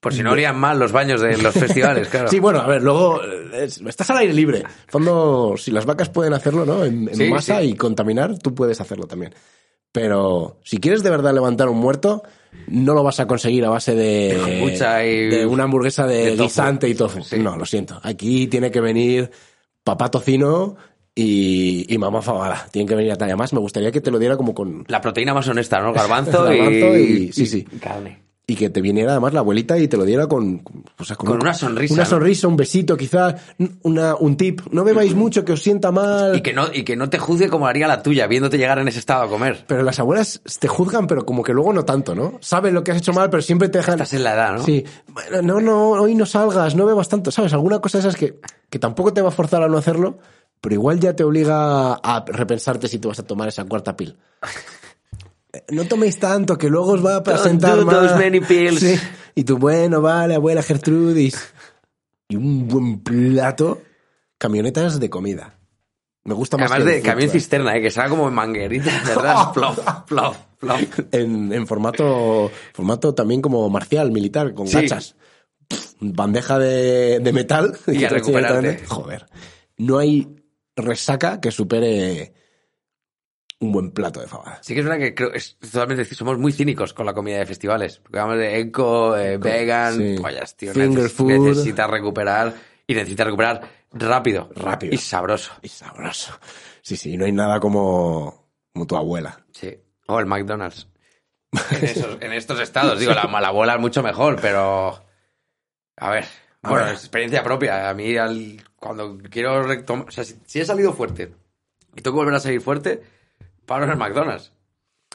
Speaker 2: Por si no olían mal los baños de los festivales, claro.
Speaker 1: Sí, bueno, a ver, luego eh, es- estás al aire libre. En fondo, si las vacas pueden hacerlo, ¿no? En, en
Speaker 2: Sí,
Speaker 1: masa
Speaker 2: sí.
Speaker 1: y contaminar, tú puedes hacerlo también. Pero si quieres de verdad levantar un muerto, no lo vas a conseguir a base de,
Speaker 2: De kombucha y-
Speaker 1: de una hamburguesa de,
Speaker 2: de tofu.
Speaker 1: guisante y tofu.
Speaker 2: Sí.
Speaker 1: No, lo siento. Aquí tiene que venir papá tocino y, y mamá fabada. Tienen que venir a tal. Además, me gustaría que te lo diera como con
Speaker 2: La proteína más honesta, ¿no? Garbanzo,
Speaker 1: Garbanzo
Speaker 2: y...
Speaker 1: y- sí, sí.
Speaker 2: y carne.
Speaker 1: y que te viniera además la abuelita y te lo diera con, con- o sea,
Speaker 2: Con
Speaker 1: un-
Speaker 2: una sonrisa,
Speaker 1: Una
Speaker 2: ¿no?
Speaker 1: sonrisa, un besito, quizá una, un tip. No bebáis mucho que os sienta mal.
Speaker 2: Y que, no, y que no te juzgue como haría la tuya, viéndote llegar en ese estado a comer.
Speaker 1: Pero las abuelas te juzgan, pero como que luego no tanto, ¿no? Saben lo que has hecho mal, pero siempre te dejan.
Speaker 2: Estás en la edad, ¿no?
Speaker 1: Sí. Bueno, no, no, hoy no salgas, no bebas tanto, ¿sabes? Alguna cosa de esas que, que tampoco te va a forzar a no hacerlo, pero igual ya te obliga a repensarte si te vas a tomar esa cuarta pil. Eh, No toméis tanto, que luego os va a presentar
Speaker 2: do
Speaker 1: más.
Speaker 2: those many pills.
Speaker 1: Sí. Y tú, bueno, vale, abuela Gertrudis. Y un buen plato. Camionetas de comida. Me gusta más
Speaker 2: Además
Speaker 1: que el
Speaker 2: de
Speaker 1: food
Speaker 2: camión
Speaker 1: truck.
Speaker 2: cisterna, ¿eh? que salga como en manguerita, ¿verdad? plof, plof, plof.
Speaker 1: en, en formato, formato también como marcial, militar, con
Speaker 2: Sí.
Speaker 1: gachas. Pff, Bandeja de, de metal. te
Speaker 2: Y a
Speaker 1: enseña
Speaker 2: recuperarte.
Speaker 1: directamente. Joder. No hay resaca que supere un buen plato de fabada.
Speaker 2: Sí que es verdad que creo, es totalmente, somos muy cínicos con la comida de festivales. Porque vamos de eco, eh, vegan,
Speaker 1: sí.
Speaker 2: pollas, tío.
Speaker 1: Finger
Speaker 2: neces-
Speaker 1: food.
Speaker 2: Necesita recuperar y necesita recuperar rápido.
Speaker 1: Rápido.
Speaker 2: Y sabroso.
Speaker 1: Y sabroso. Sí, sí, no hay nada como, como tu abuela.
Speaker 2: Sí. O el McDonald's. En, esos- en estos estados, digo, la malabola es mucho mejor, pero. A ver.
Speaker 1: A
Speaker 2: bueno,
Speaker 1: ver.
Speaker 2: es experiencia propia. A mí, al- cuando quiero retomar. O sea, si, si he salido fuerte y tengo que volver a salir fuerte, paro en el McDonald's.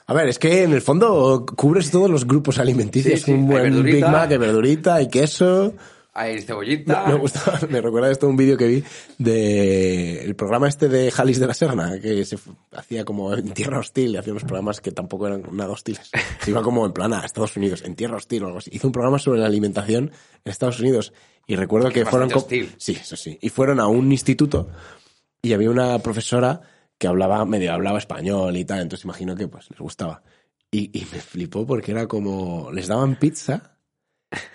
Speaker 1: A ver, es que en el fondo cubres todos los grupos alimenticios.
Speaker 2: Sí, sí.
Speaker 1: Un
Speaker 2: Hay
Speaker 1: buen Big
Speaker 2: verdurita.
Speaker 1: Mac, hay verdurita, hay queso.
Speaker 2: Hay
Speaker 1: Me-
Speaker 2: cebollita.
Speaker 1: Me gusta, me recuerda esto a un vídeo que vi de el programa este de Jalis de la Serna, que se f- hacía como en tierra hostil, y hacía unos programas que tampoco eran nada hostiles. Se iba como en plan a Estados Unidos, en tierra hostil o algo así. Hizo un programa sobre la alimentación en Estados Unidos y recuerdo que
Speaker 2: bastante
Speaker 1: fueron... co-
Speaker 2: hostil.
Speaker 1: Sí, eso sí. Y fueron a un instituto y había una profesora que hablaba, medio hablaba español y tal, entonces imagino que pues les gustaba. Y, y me flipó porque era como, les daban pizza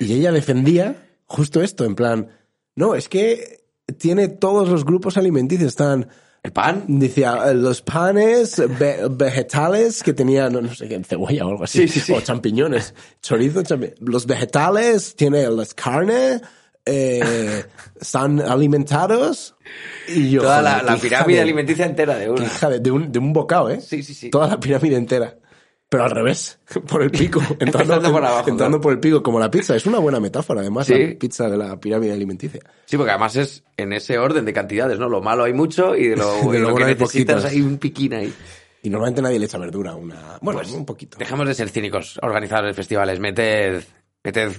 Speaker 1: y ella defendía justo esto, en plan, no, es que tiene todos los grupos alimenticios, están,
Speaker 2: El pan.
Speaker 1: decía, eh, los panes, ve- vegetales que tenía, no, no sé qué, cebolla o algo así,
Speaker 2: Sí, sí, sí.
Speaker 1: o champiñones, chorizo, champi- los vegetales, tiene las carnes, eh, están alimentados y yo...
Speaker 2: Toda la,
Speaker 1: joder,
Speaker 2: la
Speaker 1: hija
Speaker 2: pirámide
Speaker 1: de-
Speaker 2: alimenticia entera de
Speaker 1: qué
Speaker 2: una.
Speaker 1: hija de, de un, de un bocado, ¿eh?
Speaker 2: Sí, sí, sí.
Speaker 1: Toda la pirámide entera. Pero al revés, por el pico, entrando,
Speaker 2: Empezando por abajo,
Speaker 1: entrando
Speaker 2: claro.
Speaker 1: por el pico, como la pizza. Es una buena metáfora, además,
Speaker 2: Sí.
Speaker 1: la pizza de la pirámide alimenticia.
Speaker 2: Sí, porque además es en ese orden de cantidades, ¿no? Lo malo hay mucho y de lo,
Speaker 1: De
Speaker 2: y
Speaker 1: lo
Speaker 2: lo que
Speaker 1: bueno hay
Speaker 2: necesitas
Speaker 1: poquitas.
Speaker 2: hay un piquín ahí.
Speaker 1: Y normalmente nadie le echa verdura a una... Bueno,
Speaker 2: Pues,
Speaker 1: un poquito.
Speaker 2: Dejemos de ser cínicos, organizadores, festivales. Meted, meted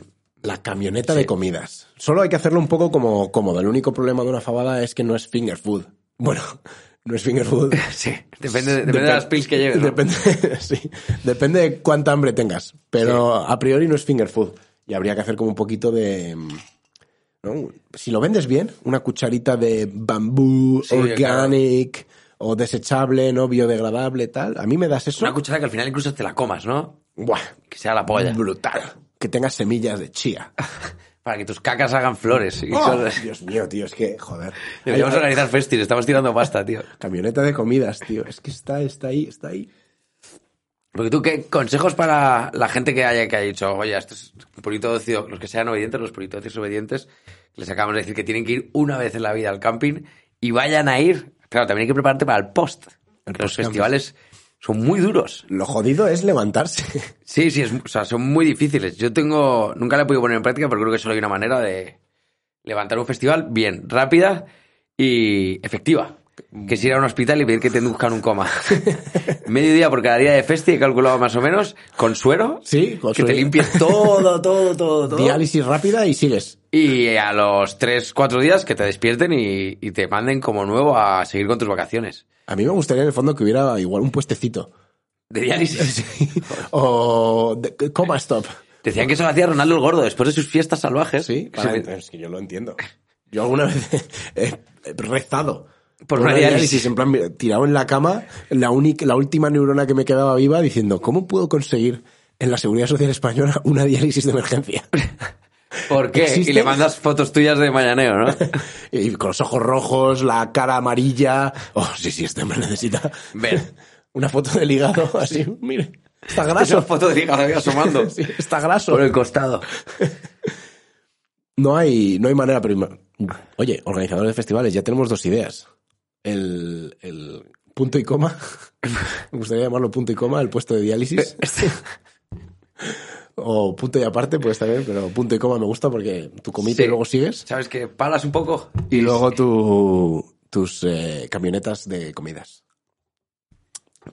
Speaker 1: La camioneta de comidas. Solo hay que hacerlo un poco como cómodo. El único problema de una fabada es que no es finger food. Bueno, no es finger food.
Speaker 2: Sí, depende, depende de las pills que lleves. ¿no?
Speaker 1: Depende, sí. Depende de cuánta hambre tengas. Pero a priori no es finger food. Y habría que hacer como un poquito de. mm, ¿no? Si lo vendes bien, una cucharita de bambú,
Speaker 2: Sí,
Speaker 1: organic, o desechable, no biodegradable, tal. A mí me das eso.
Speaker 2: Una cuchara que al final incluso te la comas, ¿no?
Speaker 1: Buah,
Speaker 2: Que sea la polla.
Speaker 1: brutal. Que tengas semillas de chía.
Speaker 2: Para que tus cacas hagan flores. Y
Speaker 1: Oh,
Speaker 2: cosas.
Speaker 1: Dios mío, tío, es que, joder.
Speaker 2: Deberíamos
Speaker 1: Hay- hay-
Speaker 2: organizar festis, estamos tirando pasta, tío.
Speaker 1: Camioneta de comidas, tío. Es que está, está ahí, está ahí.
Speaker 2: Porque tú, ¿qué consejos para la gente que haya, que haya dicho, oye, estos puritos de ocio, los que sean obedientes, los puritos de ocio obedientes, les acabamos de decir que tienen que ir una vez en la vida al camping y vayan a ir. Claro, también hay que prepararte para el post.
Speaker 1: El
Speaker 2: que los
Speaker 1: post-camping.
Speaker 2: festivales son muy duros.
Speaker 1: Lo jodido es levantarse.
Speaker 2: Sí, sí, es- o sea, son muy difíciles. Yo tengo, nunca la he podido poner en práctica, pero creo que solo hay una manera de levantar un festival bien, rápida y efectiva. Que es ir a un hospital y pedir que te induzcan un coma. Mediodía por cada día de festi, he calculado más o menos, con suero.
Speaker 1: Sí, con
Speaker 2: que
Speaker 1: suero.
Speaker 2: te limpies todo, todo, todo, todo.
Speaker 1: Diálisis rápida y sigues.
Speaker 2: Y a los 3, 4 días que te despierten y, y te manden como nuevo a seguir con tus vacaciones.
Speaker 1: A mí me gustaría en el fondo que hubiera igual un puestecito.
Speaker 2: De diálisis.
Speaker 1: o de- coma stop.
Speaker 2: Decían que eso lo hacía Ronaldo el Gordo después de sus fiestas salvajes.
Speaker 1: Sí,
Speaker 2: Se
Speaker 1: para-
Speaker 2: me-
Speaker 1: es que yo lo entiendo. Yo alguna vez he he rezado.
Speaker 2: Por una diálisis.
Speaker 1: en plan, mira, tirado en la cama, la, única, la última neurona que me quedaba viva diciendo, ¿cómo puedo conseguir en la Seguridad Social Española una diálisis de emergencia?
Speaker 2: ¿Por qué?
Speaker 1: ¿Existe?
Speaker 2: Y le mandas fotos tuyas de mañaneo, ¿no?
Speaker 1: y con los ojos rojos, la cara amarilla. Oh, sí, sí, este hombre necesita
Speaker 2: Ver.
Speaker 1: una foto del hígado así. Mire, está
Speaker 2: Esa
Speaker 1: graso.
Speaker 2: foto de hígado ahí asomando.
Speaker 1: Sí, está graso.
Speaker 2: Por el costado.
Speaker 1: No hay, no hay manera, pero... ima- Oye, organizadores de festivales, ya tenemos dos ideas. El, el punto y coma. Me gustaría llamarlo punto y coma, el puesto de diálisis. O punto y aparte, pues también, pero punto y coma me gusta porque tu comité
Speaker 2: Sí.
Speaker 1: y luego sigues.
Speaker 2: ¿Sabes que Paras un poco.
Speaker 1: Y luego tu, tus eh, camionetas de comidas.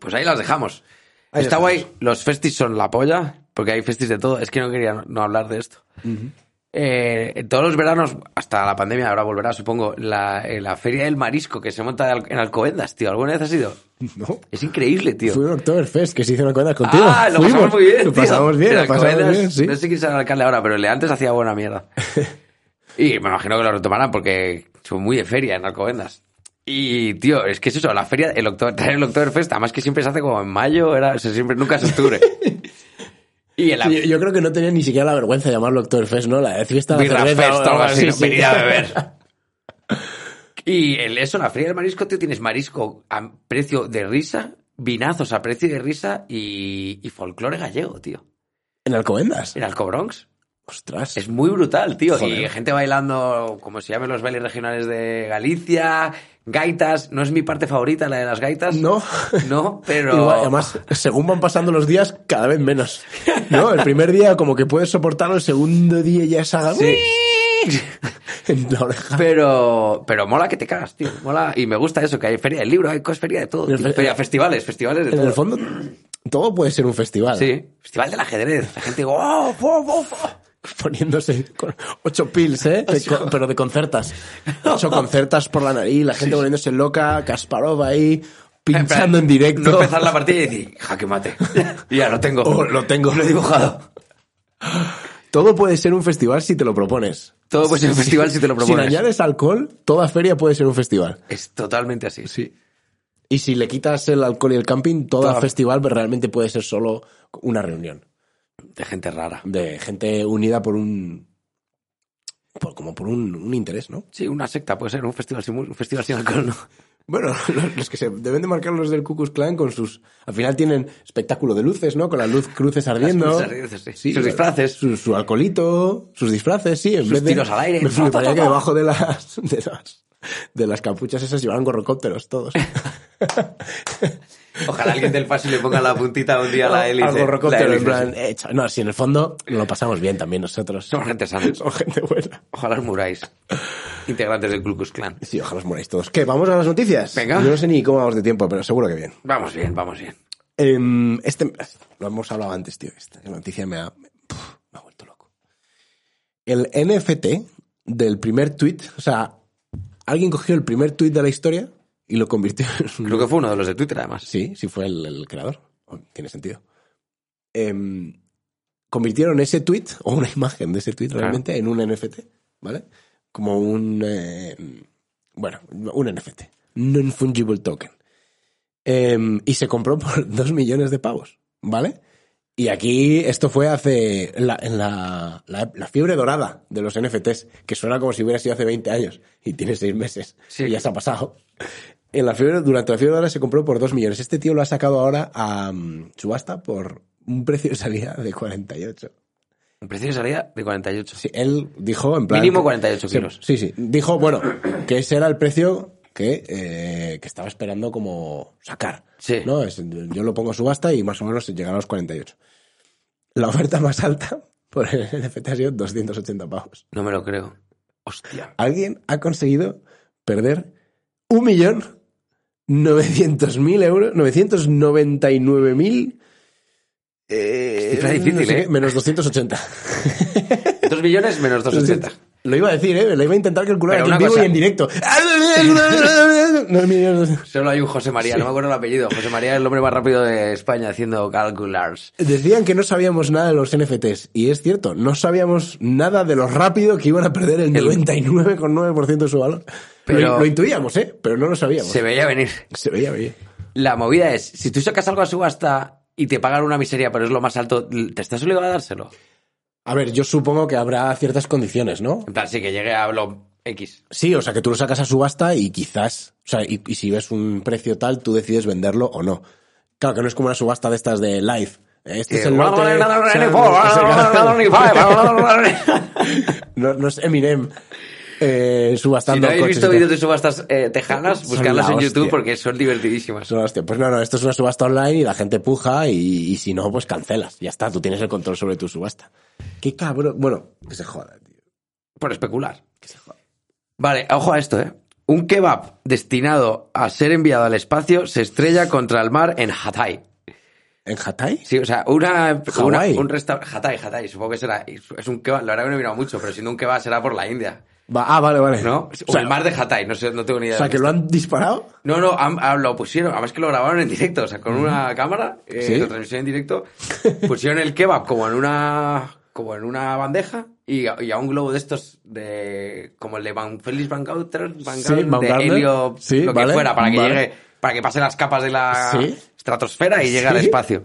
Speaker 2: Pues ahí las dejamos.
Speaker 1: Ahí
Speaker 2: Está
Speaker 1: las
Speaker 2: guay. Los festis son la polla, porque hay festis de todo. Es que no quería no hablar de esto. eh, en todos los veranos, hasta la pandemia, ahora volverá, supongo, la, eh, la feria del marisco que se monta de Al- en Alcobendas, tío. ¿Alguna vez has ido?
Speaker 1: No.
Speaker 2: Es increíble, tío.
Speaker 1: Fue un Oktoberfest que se hicieron cuentas contigo.
Speaker 2: Ah, lo
Speaker 1: Fuimos.
Speaker 2: pasamos muy bien.
Speaker 1: Lo
Speaker 2: tío.
Speaker 1: pasamos bien,
Speaker 2: En
Speaker 1: lo pasamos
Speaker 2: Alcobendas,
Speaker 1: bien, sí.
Speaker 2: No sé quién será el alcalde ahora, pero el de antes hacía buena mierda. y me imagino que lo retomarán porque son muy de feria en Alcobendas. Y, tío, es que es eso, la feria, el octubre, traer el Oktoberfest, además que siempre se hace como en mayo, era, o sea, siempre, nunca es octubre. y en la
Speaker 1: Yo, yo creo que no tenía ni siquiera la vergüenza de llamarlo Oktoberfest, ¿no? La fiesta de la
Speaker 2: Birra
Speaker 1: cerveza
Speaker 2: Fest o algo así,
Speaker 1: sí,
Speaker 2: ¿no?
Speaker 1: sí.
Speaker 2: venid a beber. Y el, eso, la feria del marisco, tío, tienes marisco a precio de risa, vinazos a precio de risa y, y folclore gallego, tío.
Speaker 1: En Alcobendas.
Speaker 2: En Alcobronx.
Speaker 1: Ostras.
Speaker 2: Es muy brutal, tío. Y
Speaker 1: Joder.
Speaker 2: gente bailando, como se llaman los bailes regionales de Galicia, gaitas. No es mi parte favorita, la de las gaitas.
Speaker 1: No.
Speaker 2: No, pero...
Speaker 1: Igual, además, según van pasando los días, cada vez menos. ¿No? El primer día como que puedes soportarlo, el segundo día ya es haga
Speaker 2: Sí.
Speaker 1: en la oreja.
Speaker 2: Pero, pero mola que te cagas, tío. Mola. Y me gusta eso, que hay feria del libro, hay cosas, feria de todo.
Speaker 1: En el
Speaker 2: tío.
Speaker 1: fe-
Speaker 2: Feria, festivales, festivales de
Speaker 1: En
Speaker 2: todo.
Speaker 1: el fondo, todo puede ser un festival.
Speaker 2: Sí. Festival del ajedrez. La gente, "Oh, wow, wow, wow, wow".
Speaker 1: Poniéndose con ocho pills, ¿eh? De co- pero de concertas. Ocho concertas por la nariz, la gente volviéndose loca, Kasparov ahí, pinchando en
Speaker 2: plan, No
Speaker 1: directo.
Speaker 2: empezar la partida y decir, jaque mate. Y ya lo tengo.
Speaker 1: Oh, lo tengo.
Speaker 2: Lo he dibujado.
Speaker 1: Todo puede ser un festival si te lo propones.
Speaker 2: Todo puede ser un festival si te lo
Speaker 1: Si le
Speaker 2: propones.
Speaker 1: añades alcohol, toda feria puede ser un festival.
Speaker 2: Es totalmente así.
Speaker 1: Sí. Y si le quitas el alcohol y el camping, todo
Speaker 2: Claro.
Speaker 1: festival realmente puede ser solo una reunión
Speaker 2: De gente rara.
Speaker 1: de gente unida por un... por- como por un, un interés, ¿no?
Speaker 2: Sí, una secta puede ser, un festival sin, mu- un festival sin alcohol, ¿no?
Speaker 1: Bueno, los, los que se deben de marcar los del Ku Klux Klan con sus... Al final tienen espectáculo de luces, ¿no? Con las luz, cruces ardiendo.
Speaker 2: cruces ardientes, sí. Sus disfraces.
Speaker 1: Su, su alcoholito, sus disfraces, sí. En
Speaker 2: Sus
Speaker 1: vez de,
Speaker 2: tiros al aire.
Speaker 1: Me fliparía
Speaker 2: Ta, ta, ta,
Speaker 1: que
Speaker 2: ta.
Speaker 1: debajo de las, de las... de las capuchas esas llevaran gorrocópteros todos.
Speaker 2: Ojalá alguien del paso le ponga la puntita un día a la hélice.
Speaker 1: Algo
Speaker 2: La
Speaker 1: rocóptero,
Speaker 2: hélice,
Speaker 1: en plan...
Speaker 2: sí.
Speaker 1: eh, cha- no, si en el fondo lo pasamos bien también nosotros.
Speaker 2: Somos gente sana.
Speaker 1: Somos gente buena.
Speaker 2: Ojalá os muráis. Integrantes del Ku Klux Klan.
Speaker 1: Sí, ojalá os moráis todos. ¿Qué? ¿Vamos a las noticias?
Speaker 2: Venga.
Speaker 1: Yo no sé ni cómo vamos de tiempo, pero seguro que bien.
Speaker 2: Vamos bien, vamos bien.
Speaker 1: Em, este, lo hemos hablado antes, tío. Esta noticia me ha, puf, me ha vuelto loco. El NFT del primer tweet, o sea, alguien cogió el primer tweet de la historia y lo convirtió en un...
Speaker 2: Creo que fue uno de los de Twitter, además.
Speaker 1: Sí, sí fue el, el creador. O- Tiene sentido. Em, convirtieron ese tweet, o una imagen de ese tweet
Speaker 2: Claro.
Speaker 1: realmente, en un NFT, ¿vale? Como un... eh, bueno, un NFT. Non-fungible token. Em, y se compró por dos millones de pavos, ¿vale? Y aquí esto fue hace la, en la, la- la fiebre dorada de los NFTs, que suena como si hubiera sido hace 20 años y tiene 6 meses
Speaker 2: Sí.
Speaker 1: y ya se ha pasado. En la fiebre, durante la fiebre dorada se compró por 2 millones. Este tío lo ha sacado ahora a mm, subasta por un precio de salida de 48.
Speaker 2: Un precio de salida de 48.
Speaker 1: Sí, él dijo en plan...
Speaker 2: Mínimo
Speaker 1: que-
Speaker 2: 48
Speaker 1: sí,
Speaker 2: kilos.
Speaker 1: Sí, sí. Dijo, bueno, que ese era el precio que, eh, que estaba esperando como sacar.
Speaker 2: Sí.
Speaker 1: ¿no? Es- yo lo pongo a subasta y más o menos llegará a los 48. La oferta más alta por el NFT ha sido 280 pavos.
Speaker 2: No me lo creo. Hostia.
Speaker 1: Alguien ha conseguido perder 1.900.000 euros, 999.000... Eh,
Speaker 2: Cifra difícil,
Speaker 1: no sé
Speaker 2: ¿eh?
Speaker 1: qué, Menos 280.
Speaker 2: 2 millones menos 280.
Speaker 1: Lo iba a decir, ¿eh? Lo iba a intentar calcular
Speaker 2: Pero
Speaker 1: aquí en vivo
Speaker 2: una cosa.
Speaker 1: y en directo. No, mira, no sé.
Speaker 2: Solo hay un José María, no me acuerdo el apellido. José María es el hombre más rápido de España haciendo calculars.
Speaker 1: Decían que no sabíamos nada de los NFTs. Y es cierto, no sabíamos nada de lo rápido que iban a perder el 99,9% de su valor.
Speaker 2: Pero-
Speaker 1: Pero... Lo, intuíamos, ¿eh? Pero no lo sabíamos.
Speaker 2: Se
Speaker 1: Se,
Speaker 2: veía venir.
Speaker 1: veía bien.
Speaker 2: La movida es, si tú sacas algo a subasta y te pagan una miseria, pero es lo más alto, ¿te estás obligado a dárselo?
Speaker 1: A ver, yo supongo que habrá ciertas condiciones, ¿no?
Speaker 2: En plan, sí, que llegue a lo X.
Speaker 1: Sí, o sea, que tú lo sacas a subasta y quizás, o sea, y, y si ves un precio tal, tú decides venderlo o no. Claro que no es como una subasta de estas de live. Este es el lote, o sea, no es- no, no es Eminem eh,
Speaker 2: Si
Speaker 1: subastando
Speaker 2: no habéis
Speaker 1: coches y
Speaker 2: visto
Speaker 1: tal.
Speaker 2: vídeos de subastas eh, tejanas,
Speaker 1: Son
Speaker 2: buscadlas
Speaker 1: la
Speaker 2: en YouTube
Speaker 1: hostia.
Speaker 2: porque son divertidísimas.
Speaker 1: Es una hostia. Pues no, no, esto es una subasta online y la gente puja y, y si no, pues cancelas. Ya está, tú tienes el control sobre tu subasta. Qué cabrón. Bueno, que se joda, tío.
Speaker 2: Por especular.
Speaker 1: Que se joda.
Speaker 2: Vale, ojo a esto, ¿eh? Un kebab destinado a ser enviado al espacio se estrella contra el mar en Hatay.
Speaker 1: ¿En Hatay?
Speaker 2: Sí, o sea, una, una-
Speaker 1: Hawái.
Speaker 2: un restaurante. Hatay, Hatay, supongo que será. Es un kebab, la verdad que no he mirado mucho, pero siendo un kebab será por la India,
Speaker 1: Va- ah, vale, vale.
Speaker 2: ¿no? O,
Speaker 1: O sea,
Speaker 2: el mar de Hatay, no sé, no tengo ni
Speaker 1: o
Speaker 2: idea.
Speaker 1: sea,
Speaker 2: de
Speaker 1: que
Speaker 2: dónde
Speaker 1: lo han disparado.
Speaker 2: No, no, am- ah, lo pusieron, además que lo grabaron en directo, o sea, con una cámara, eh,
Speaker 1: ¿Sí?
Speaker 2: lo transmitieron en directo, pusieron el kebab como en una como en una bandeja y a, y a un globo de estos de como el de Van Félix Van Gauter, Van
Speaker 1: Sí,
Speaker 2: Gaal,
Speaker 1: Van
Speaker 2: de
Speaker 1: Gardner.
Speaker 2: Helio,
Speaker 1: Sí,
Speaker 2: lo que
Speaker 1: vale,
Speaker 2: fuera, para que
Speaker 1: vale.
Speaker 2: llegue, para que pase las capas de la
Speaker 1: Sí.
Speaker 2: estratosfera y llegue al
Speaker 1: Sí.
Speaker 2: espacio.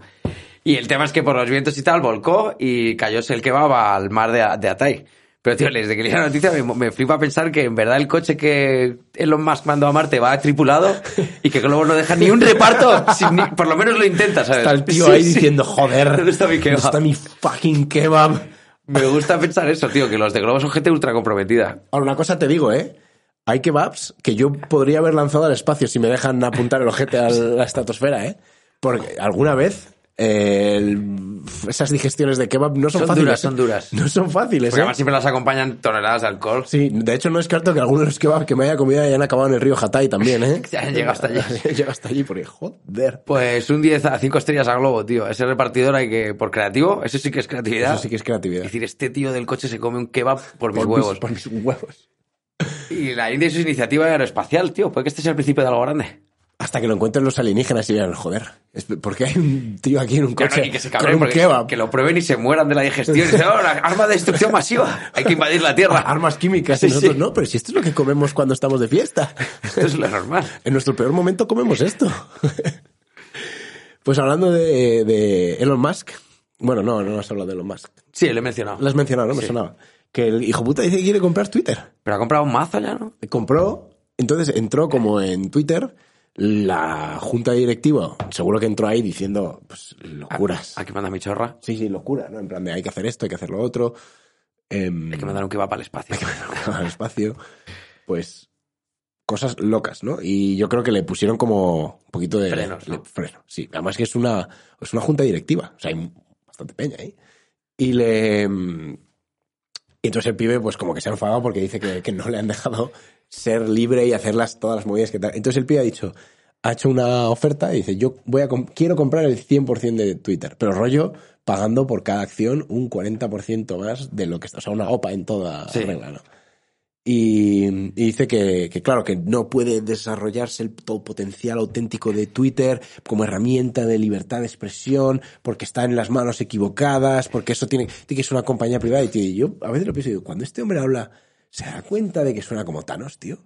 Speaker 2: Y el tema es que por los vientos y tal volcó y cayóse el kebab al mar de, de Atay. Pero tío, desde que leí la noticia me, me flipa pensar que en verdad el coche que Elon Musk mandó a Marte va tripulado y que Globo no deja ni un reparto, sin ni- por lo menos lo intenta, ¿sabes?
Speaker 1: Está el tío
Speaker 2: Sí,
Speaker 1: ahí
Speaker 2: sí.
Speaker 1: diciendo, joder,
Speaker 2: ¿Dónde está mi kebab?
Speaker 1: ¿dónde está mi fucking kebab?
Speaker 2: Me gusta pensar eso, tío, que los de Globo son gente ultra comprometida.
Speaker 1: Ahora, una cosa te digo, ¿eh? Hay kebabs que yo podría haber lanzado al espacio si me dejan apuntar el ojete a la estratosfera, ¿eh? Porque alguna vez eh, el- esas digestiones de kebab no son,
Speaker 2: Son
Speaker 1: fáciles.
Speaker 2: duras,
Speaker 1: ¿eh?
Speaker 2: son duras.
Speaker 1: No son fáciles,
Speaker 2: Porque
Speaker 1: ¿eh?
Speaker 2: además siempre las acompañan toneladas de alcohol.
Speaker 1: Sí, de hecho no descarto que algunos de los kebabs que me haya comido hayan acabado en el río Hatay también, ¿eh?
Speaker 2: Ya han llegado hasta allí.
Speaker 1: Llega hasta allí porque, joder.
Speaker 2: Pues un 10 a 5 estrellas a Globo, tío. Ese repartidor hay que, por creativo, eso sí que es creatividad.
Speaker 1: Eso sí que es
Speaker 2: Es
Speaker 1: creatividad.
Speaker 2: decir, este tío del coche se come un kebab por mis
Speaker 1: Por mis-
Speaker 2: huevos.
Speaker 1: por mis huevos.
Speaker 2: Y la India y su iniciativa aeroespacial, tío. Puede que este sea el principio de algo grande.
Speaker 1: Hasta que lo encuentren los alienígenas y digan, joder, es- ¿por qué hay un tío aquí en un
Speaker 2: Claro,
Speaker 1: coche
Speaker 2: y que se
Speaker 1: con
Speaker 2: cabren
Speaker 1: un
Speaker 2: porque-
Speaker 1: kebab?
Speaker 2: que lo prueben y se mueran de la digestión. Y dicen, "Oh, la arma de destrucción masiva. Hay que invadir la Tierra.
Speaker 1: Armas químicas
Speaker 2: Sí,
Speaker 1: y nosotros
Speaker 2: sí.
Speaker 1: no, pero si esto es lo que comemos cuando estamos de fiesta.
Speaker 2: Esto es lo normal.
Speaker 1: En nuestro peor momento comemos esto. Pues hablando de, de Elon Musk, bueno, no, no has hablado de Elon Musk.
Speaker 2: Sí, lo he mencionado.
Speaker 1: Lo has mencionado, no me
Speaker 2: Sí.
Speaker 1: sonaba. Que el hijo puta dice que quiere comprar Twitter.
Speaker 2: Pero ha comprado un mazo ya, ¿no?
Speaker 1: compró, entonces entró como en Twitter la junta directiva, seguro que entró ahí diciendo, pues, locuras.
Speaker 2: Aquí manda mi chorra.
Speaker 1: Sí, sí, locura, ¿no? En plan de hay que hacer esto, hay que hacer lo otro. em,
Speaker 2: Hay que mandar un kebab al espacio.
Speaker 1: al espacio. Pues cosas locas, ¿no? Y yo creo que le pusieron como un poquito de
Speaker 2: Frenos, ¿no?
Speaker 1: le- freno. Sí, además que es una, es una junta directiva, o sea, hay bastante peña ahí. Y le... mm, Y entonces el pibe pues como que se ha enfadado porque dice que, que no le han dejado ser libre y hacer las, todas las movidas que tal. Entonces el pibe ha dicho, ha hecho una oferta y dice, yo voy a comp- quiero comprar el 100% de Twitter, pero rollo pagando por cada acción un 40% más de lo que está, o sea, una OPA en toda
Speaker 2: Sí.
Speaker 1: regla, ¿no? Y, y dice que, que, claro, que no puede desarrollarse el todo potencial auténtico de Twitter como herramienta de libertad de expresión, porque está en las manos equivocadas, porque eso tiene, tiene que ser una compañía privada. Y, tío, y yo a veces lo pienso y digo, cuando este hombre habla, ¿se da cuenta de que suena como Thanos, tío?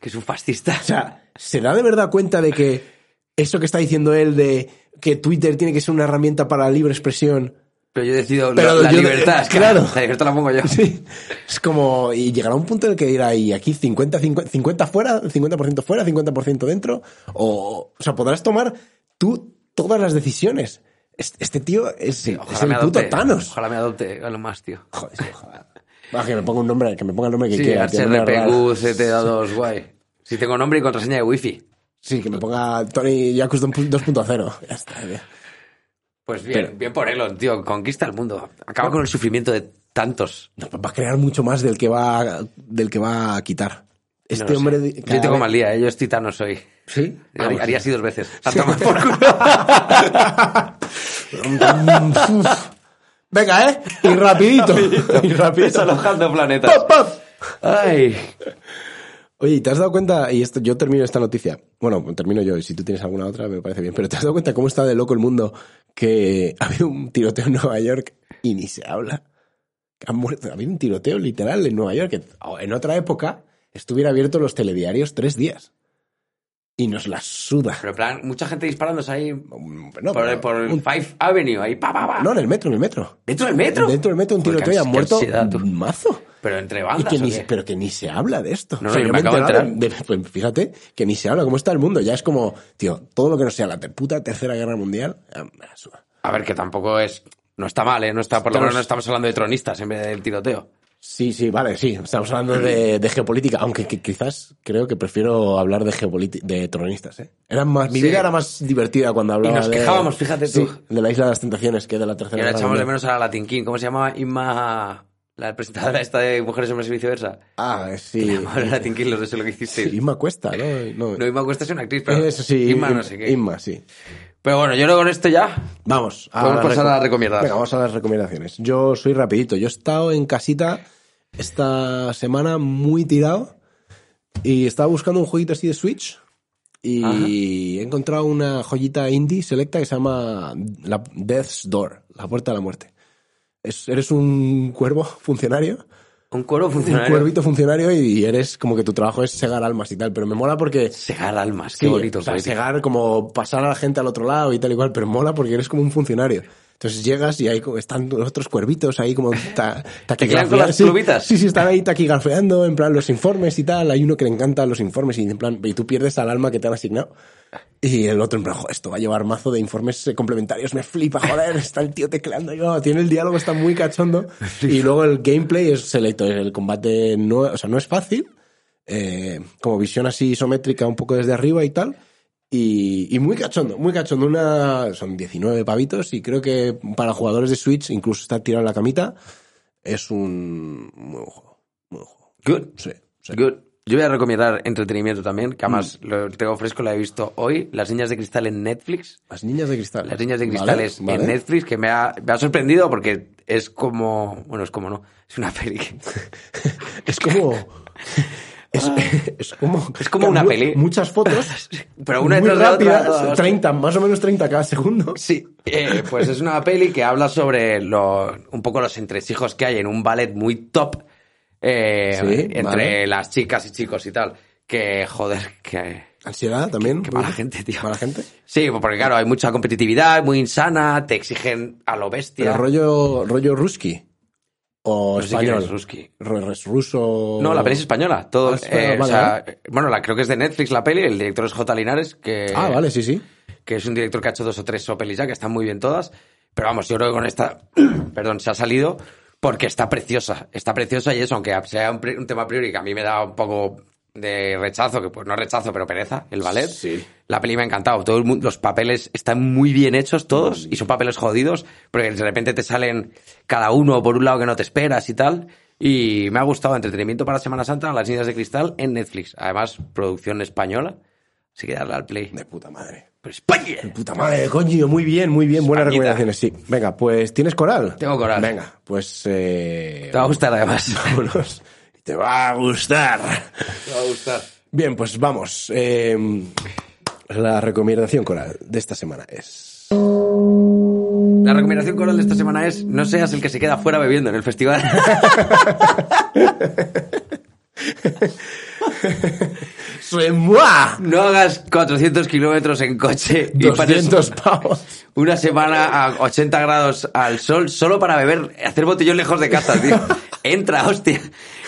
Speaker 2: Que es un fascista.
Speaker 1: O sea, ¿se da de verdad cuenta de que eso que está diciendo él de que Twitter tiene que ser una herramienta para la libre expresión?
Speaker 2: Pero yo decido la-
Speaker 1: Pero
Speaker 2: la,
Speaker 1: yo-
Speaker 2: libertad.
Speaker 1: claro.
Speaker 2: La libertad la pongo yo.
Speaker 1: Sí. Es como, y llegará un punto en el que dirá, y aquí 50, 50, 50 fuera, 50% fuera, 50% dentro, o, o sea, podrás tomar tú todas las decisiones. Es- Este, tío es, es el
Speaker 2: me
Speaker 1: puto
Speaker 2: adopte.
Speaker 1: Thanos.
Speaker 2: Ojalá me adopte a lo más, tío.
Speaker 1: Joder, sí, ojalá. Va, que me ponga un nombre, que me ponga el nombre que
Speaker 2: Sí,
Speaker 1: quiera. tío, no me
Speaker 2: HRPQ,
Speaker 1: hagas-
Speaker 2: CT2, guay. Si tengo nombre y contraseña de wifi.
Speaker 1: Sí, que me ponga Tony Jacobs 2.0. Ya está, tío.
Speaker 2: Pues bien,
Speaker 1: Pero-
Speaker 2: bien por Elon, tío. Conquista el mundo. Acaba con el sufrimiento de tantos.
Speaker 1: No, va a crear mucho más del que va, del que va a quitar. Este
Speaker 2: No lo
Speaker 1: hombre.
Speaker 2: sé.
Speaker 1: de- cada
Speaker 2: Yo tengo
Speaker 1: vez-
Speaker 2: mal día, ¿eh? yo es titano soy.
Speaker 1: Sí. Ah,
Speaker 2: Haría,
Speaker 1: Vamos,
Speaker 2: haría así dos veces. A tomar por
Speaker 1: Uf. Mm,
Speaker 2: culo.
Speaker 1: Venga, ¿eh? Y rapidito. y rapidito.
Speaker 2: Desalojando planetas.
Speaker 1: Pop, pop.
Speaker 2: Ay.
Speaker 1: Oye, ¿y ¿te has dado cuenta? Y esto, yo termino esta noticia. Bueno, termino yo. Y si tú tienes alguna otra, me parece bien. Pero ¿te has dado cuenta cómo está de loco el mundo que ha habido un tiroteo en Nueva York y ni se habla? Han muerto. Ha habido un tiroteo literal en Nueva York. que oh, En otra época estuviera abierto los telediarios tres días. Y nos la suda.
Speaker 2: Pero en plan, mucha gente disparándose ahí
Speaker 1: Mm, no,
Speaker 2: por,
Speaker 1: pero-
Speaker 2: por el
Speaker 1: un-
Speaker 2: Five Avenue, ahí pa, pa, pa.
Speaker 1: no, en el metro, en el metro.
Speaker 2: ¿Dentro del metro?
Speaker 1: Dentro del metro un
Speaker 2: Joder,
Speaker 1: tiroteo y
Speaker 2: qué
Speaker 1: han muerto
Speaker 2: ansiedad, tú.
Speaker 1: un mazo.
Speaker 2: Pero entre
Speaker 1: Y
Speaker 2: bandas.
Speaker 1: que
Speaker 2: ¿o
Speaker 1: ni,
Speaker 2: qué?
Speaker 1: pero que ni se habla de esto.
Speaker 2: No, no,
Speaker 1: O sea,
Speaker 2: yo
Speaker 1: yo
Speaker 2: me
Speaker 1: me he
Speaker 2: acabo de
Speaker 1: enterado de- pues, fíjate que ni se habla. ¿Cómo está el mundo? Ya es como, tío, todo lo que no sea la te- puta tercera guerra mundial. ah, me la suda.
Speaker 2: A ver, que tampoco es. No está mal, ¿eh? No está, por lo
Speaker 1: Estamos-
Speaker 2: menos no estamos hablando de tronistas en vez del tiroteo.
Speaker 1: Sí, sí, vale, sí. Estamos hablando de, de geopolítica, aunque que- quizás creo que prefiero hablar de geopolítica, de tronistas. ¿eh? Era más, mi
Speaker 2: Sí.
Speaker 1: vida era más divertida cuando hablaba
Speaker 2: nos
Speaker 1: de-
Speaker 2: quejábamos, fíjate tú.
Speaker 1: Sí, de la isla de las tentaciones que de la
Speaker 2: Y
Speaker 1: tercera
Speaker 2: ahora
Speaker 1: guerra
Speaker 2: echamos de
Speaker 1: mundial.
Speaker 2: menos a la Latin King. ¿Cómo se llamaba Inma? La presentadora esta de Mujeres, Hombres y Viceversa.
Speaker 1: Ah, sí.
Speaker 2: Ahora Latin King, lo sé lo que hiciste.
Speaker 1: Sí, Inma Cuesta, ¿no? No,
Speaker 2: No, Inma Cuesta es una actriz, pero.
Speaker 1: Eso sí,
Speaker 2: Inma
Speaker 1: In-
Speaker 2: no sé qué.
Speaker 1: Inma, sí.
Speaker 2: Pero bueno, yo creo que con esto ya.
Speaker 1: Vamos.
Speaker 2: Podemos pasar
Speaker 1: reco-
Speaker 2: a las recomendadas.
Speaker 1: Venga, vamos a las recomendaciones. Yo soy rapidito. Yo he estado en casita esta semana muy tirado y estaba buscando un jueguito así de Switch y
Speaker 2: Ajá.
Speaker 1: he encontrado una joyita indie selecta que se llama la Death's Door, la puerta de la muerte. Es- eres un cuervo funcionario
Speaker 2: Un cuervo
Speaker 1: un
Speaker 2: funcionario.
Speaker 1: cuervito funcionario y eres como que tu trabajo es segar almas y tal, pero me mola porque...
Speaker 2: Segar almas,
Speaker 1: sí,
Speaker 2: qué bonito.
Speaker 1: o sea,
Speaker 2: poético.
Speaker 1: segar como pasar a la gente al otro lado y tal igual, pero mola porque eres como un funcionario. Entonces llegas y ahí como están los otros cuervitos ahí como ta,
Speaker 2: quedan con las
Speaker 1: sí,
Speaker 2: plumitas.
Speaker 1: Sí, sí, están ahí taquigrafeando en plan los informes y tal. Hay uno que le encantan los informes y en plan, y tú pierdes al alma que te han asignado. Y el otro en plan, "Jo, esto va a llevar mazo de informes eh, complementarios, me flipa, joder, está el tío tecleando, yo, tiene el diálogo, está muy cachondo. Y luego el gameplay es selecto, el combate no, o sea, no es fácil, eh, como visión así isométrica un poco desde arriba y tal. Y, y muy cachondo, muy cachondo. Una, son 19 pavitos y creo que para jugadores de Switch, incluso está tirado en la camita, es un muy buen juego. Muy buen juego.
Speaker 2: Good.
Speaker 1: Sí, sí. Mm.
Speaker 2: Good. Yo voy a recomendar entretenimiento también, que además lo tengo fresco, la he visto hoy. Las niñas de cristal en Netflix.
Speaker 1: Las niñas de cristal.
Speaker 2: Las niñas de
Speaker 1: Vale,
Speaker 2: cristales
Speaker 1: vale.
Speaker 2: en Netflix, que me ha, me ha sorprendido porque es como. Bueno, es como no. Es una peli.
Speaker 1: Es como. Es, es como.
Speaker 2: Ah. Es como una
Speaker 1: mu-
Speaker 2: peli.
Speaker 1: Muchas fotos.
Speaker 2: Pero una
Speaker 1: muy
Speaker 2: detrás de la otra,
Speaker 1: rápidas,
Speaker 2: todas.
Speaker 1: 30, más o menos 30 cada segundo.
Speaker 2: Sí, eh, pues es una peli que habla sobre lo- un poco los entresijos que hay en un ballet muy top eh,
Speaker 1: Sí,
Speaker 2: entre
Speaker 1: vale.
Speaker 2: las chicas y chicos y tal. Que joder, que.
Speaker 1: Ansiedad también.
Speaker 2: Qué mala gente, tío.
Speaker 1: Mala gente.
Speaker 2: Sí, porque claro, hay mucha competitividad, muy insana, te exigen a lo bestia.
Speaker 1: Pero rollo, rollo ruski. O
Speaker 2: No sé quién
Speaker 1: español.
Speaker 2: es Ruski.
Speaker 1: Ru- es ruso.
Speaker 2: No, la peli es española. Todo,
Speaker 1: Ah, es española,
Speaker 2: eh, o
Speaker 1: vale,
Speaker 2: sea, bueno, la, creo que es de Netflix la peli, el director es J. Linares, que,
Speaker 1: Ah, vale, sí, sí.
Speaker 2: que es un director que ha hecho dos o tres pelis ya, que están muy bien todas. Pero vamos, yo creo que con esta, perdón, se ha salido porque está preciosa. Está preciosa y eso, aunque sea un, pri- un tema a priori que a mí me da un poco de rechazo, que pues no rechazo, pero pereza, el ballet.
Speaker 1: Sí.
Speaker 2: La peli me ha encantado. Todo el mundo, los papeles están muy bien hechos todos
Speaker 1: Mm.
Speaker 2: y son papeles jodidos, porque de repente te salen cada uno por un lado que no te esperas y tal. Y me ha gustado entretenimiento para Semana Santa, Las Niñas de Cristal en Netflix. Además, producción española. Así que darle al play.
Speaker 1: De puta madre.
Speaker 2: ¡Pero España!
Speaker 1: De puta madre, coño. Muy bien, muy bien. Buenas
Speaker 2: Españita.
Speaker 1: recomendaciones, sí. Venga, pues ¿tienes coral?
Speaker 2: Tengo coral.
Speaker 1: Venga, pues. Eh,
Speaker 2: Te va a gustar además.
Speaker 1: vámonos. Te va a gustar.
Speaker 2: Te va a gustar.
Speaker 1: Bien, pues vamos. Eh, la recomendación coral de esta semana es.
Speaker 2: La recomendación coral de esta semana es no seas el que se queda fuera bebiendo en el festival.
Speaker 1: ¡Soy moi!
Speaker 2: no hagas 400 kilómetros en coche y pases
Speaker 1: 200 pavos.
Speaker 2: una semana a 80 grados al sol solo para beber, hacer botellón lejos de casa, tío. Entra, hostia.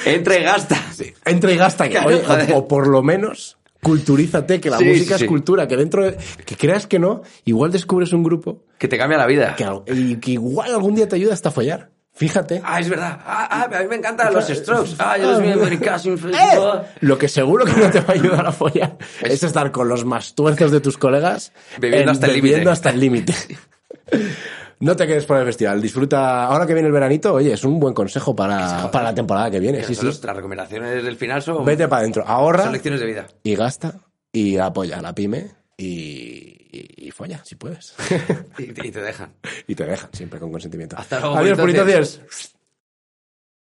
Speaker 2: Entra y gasta.
Speaker 1: Entra y gasta. que,
Speaker 2: Claro,
Speaker 1: oye,
Speaker 2: joder.
Speaker 1: o, o por lo menos culturízate, que la
Speaker 2: Sí,
Speaker 1: música
Speaker 2: sí, sí.
Speaker 1: es cultura, que dentro de, que creas que no, igual descubres un grupo
Speaker 2: Que te cambia la vida.
Speaker 1: que, al- y que igual algún día te ayuda hasta follar. Fíjate.
Speaker 2: Ah, es verdad. Ah, ah, a mí me encantan los strokes. Ah, yo los vi en America's Infest.
Speaker 1: ¡Eh! Lo que seguro que no te va a ayudar a follar es estar con los más tuerzos de tus colegas
Speaker 2: Bebiendo hasta el
Speaker 1: bebiendo
Speaker 2: límite.
Speaker 1: hasta el límite. No te quedes por el festival, disfruta. Ahora que viene el veranito, oye, es un buen consejo para, para la temporada que viene. Sí, sí.
Speaker 2: Las recomendaciones del final son,
Speaker 1: Vete para adentro,
Speaker 2: son
Speaker 1: ahorra
Speaker 2: lecciones de vida.
Speaker 1: y gasta y apoya a la pyme y, y, y folla, si puedes.
Speaker 2: Y, y te dejan.
Speaker 1: y te dejan siempre con consentimiento.
Speaker 2: Hasta luego,
Speaker 1: Adiós,
Speaker 2: bonito
Speaker 1: bonitos días.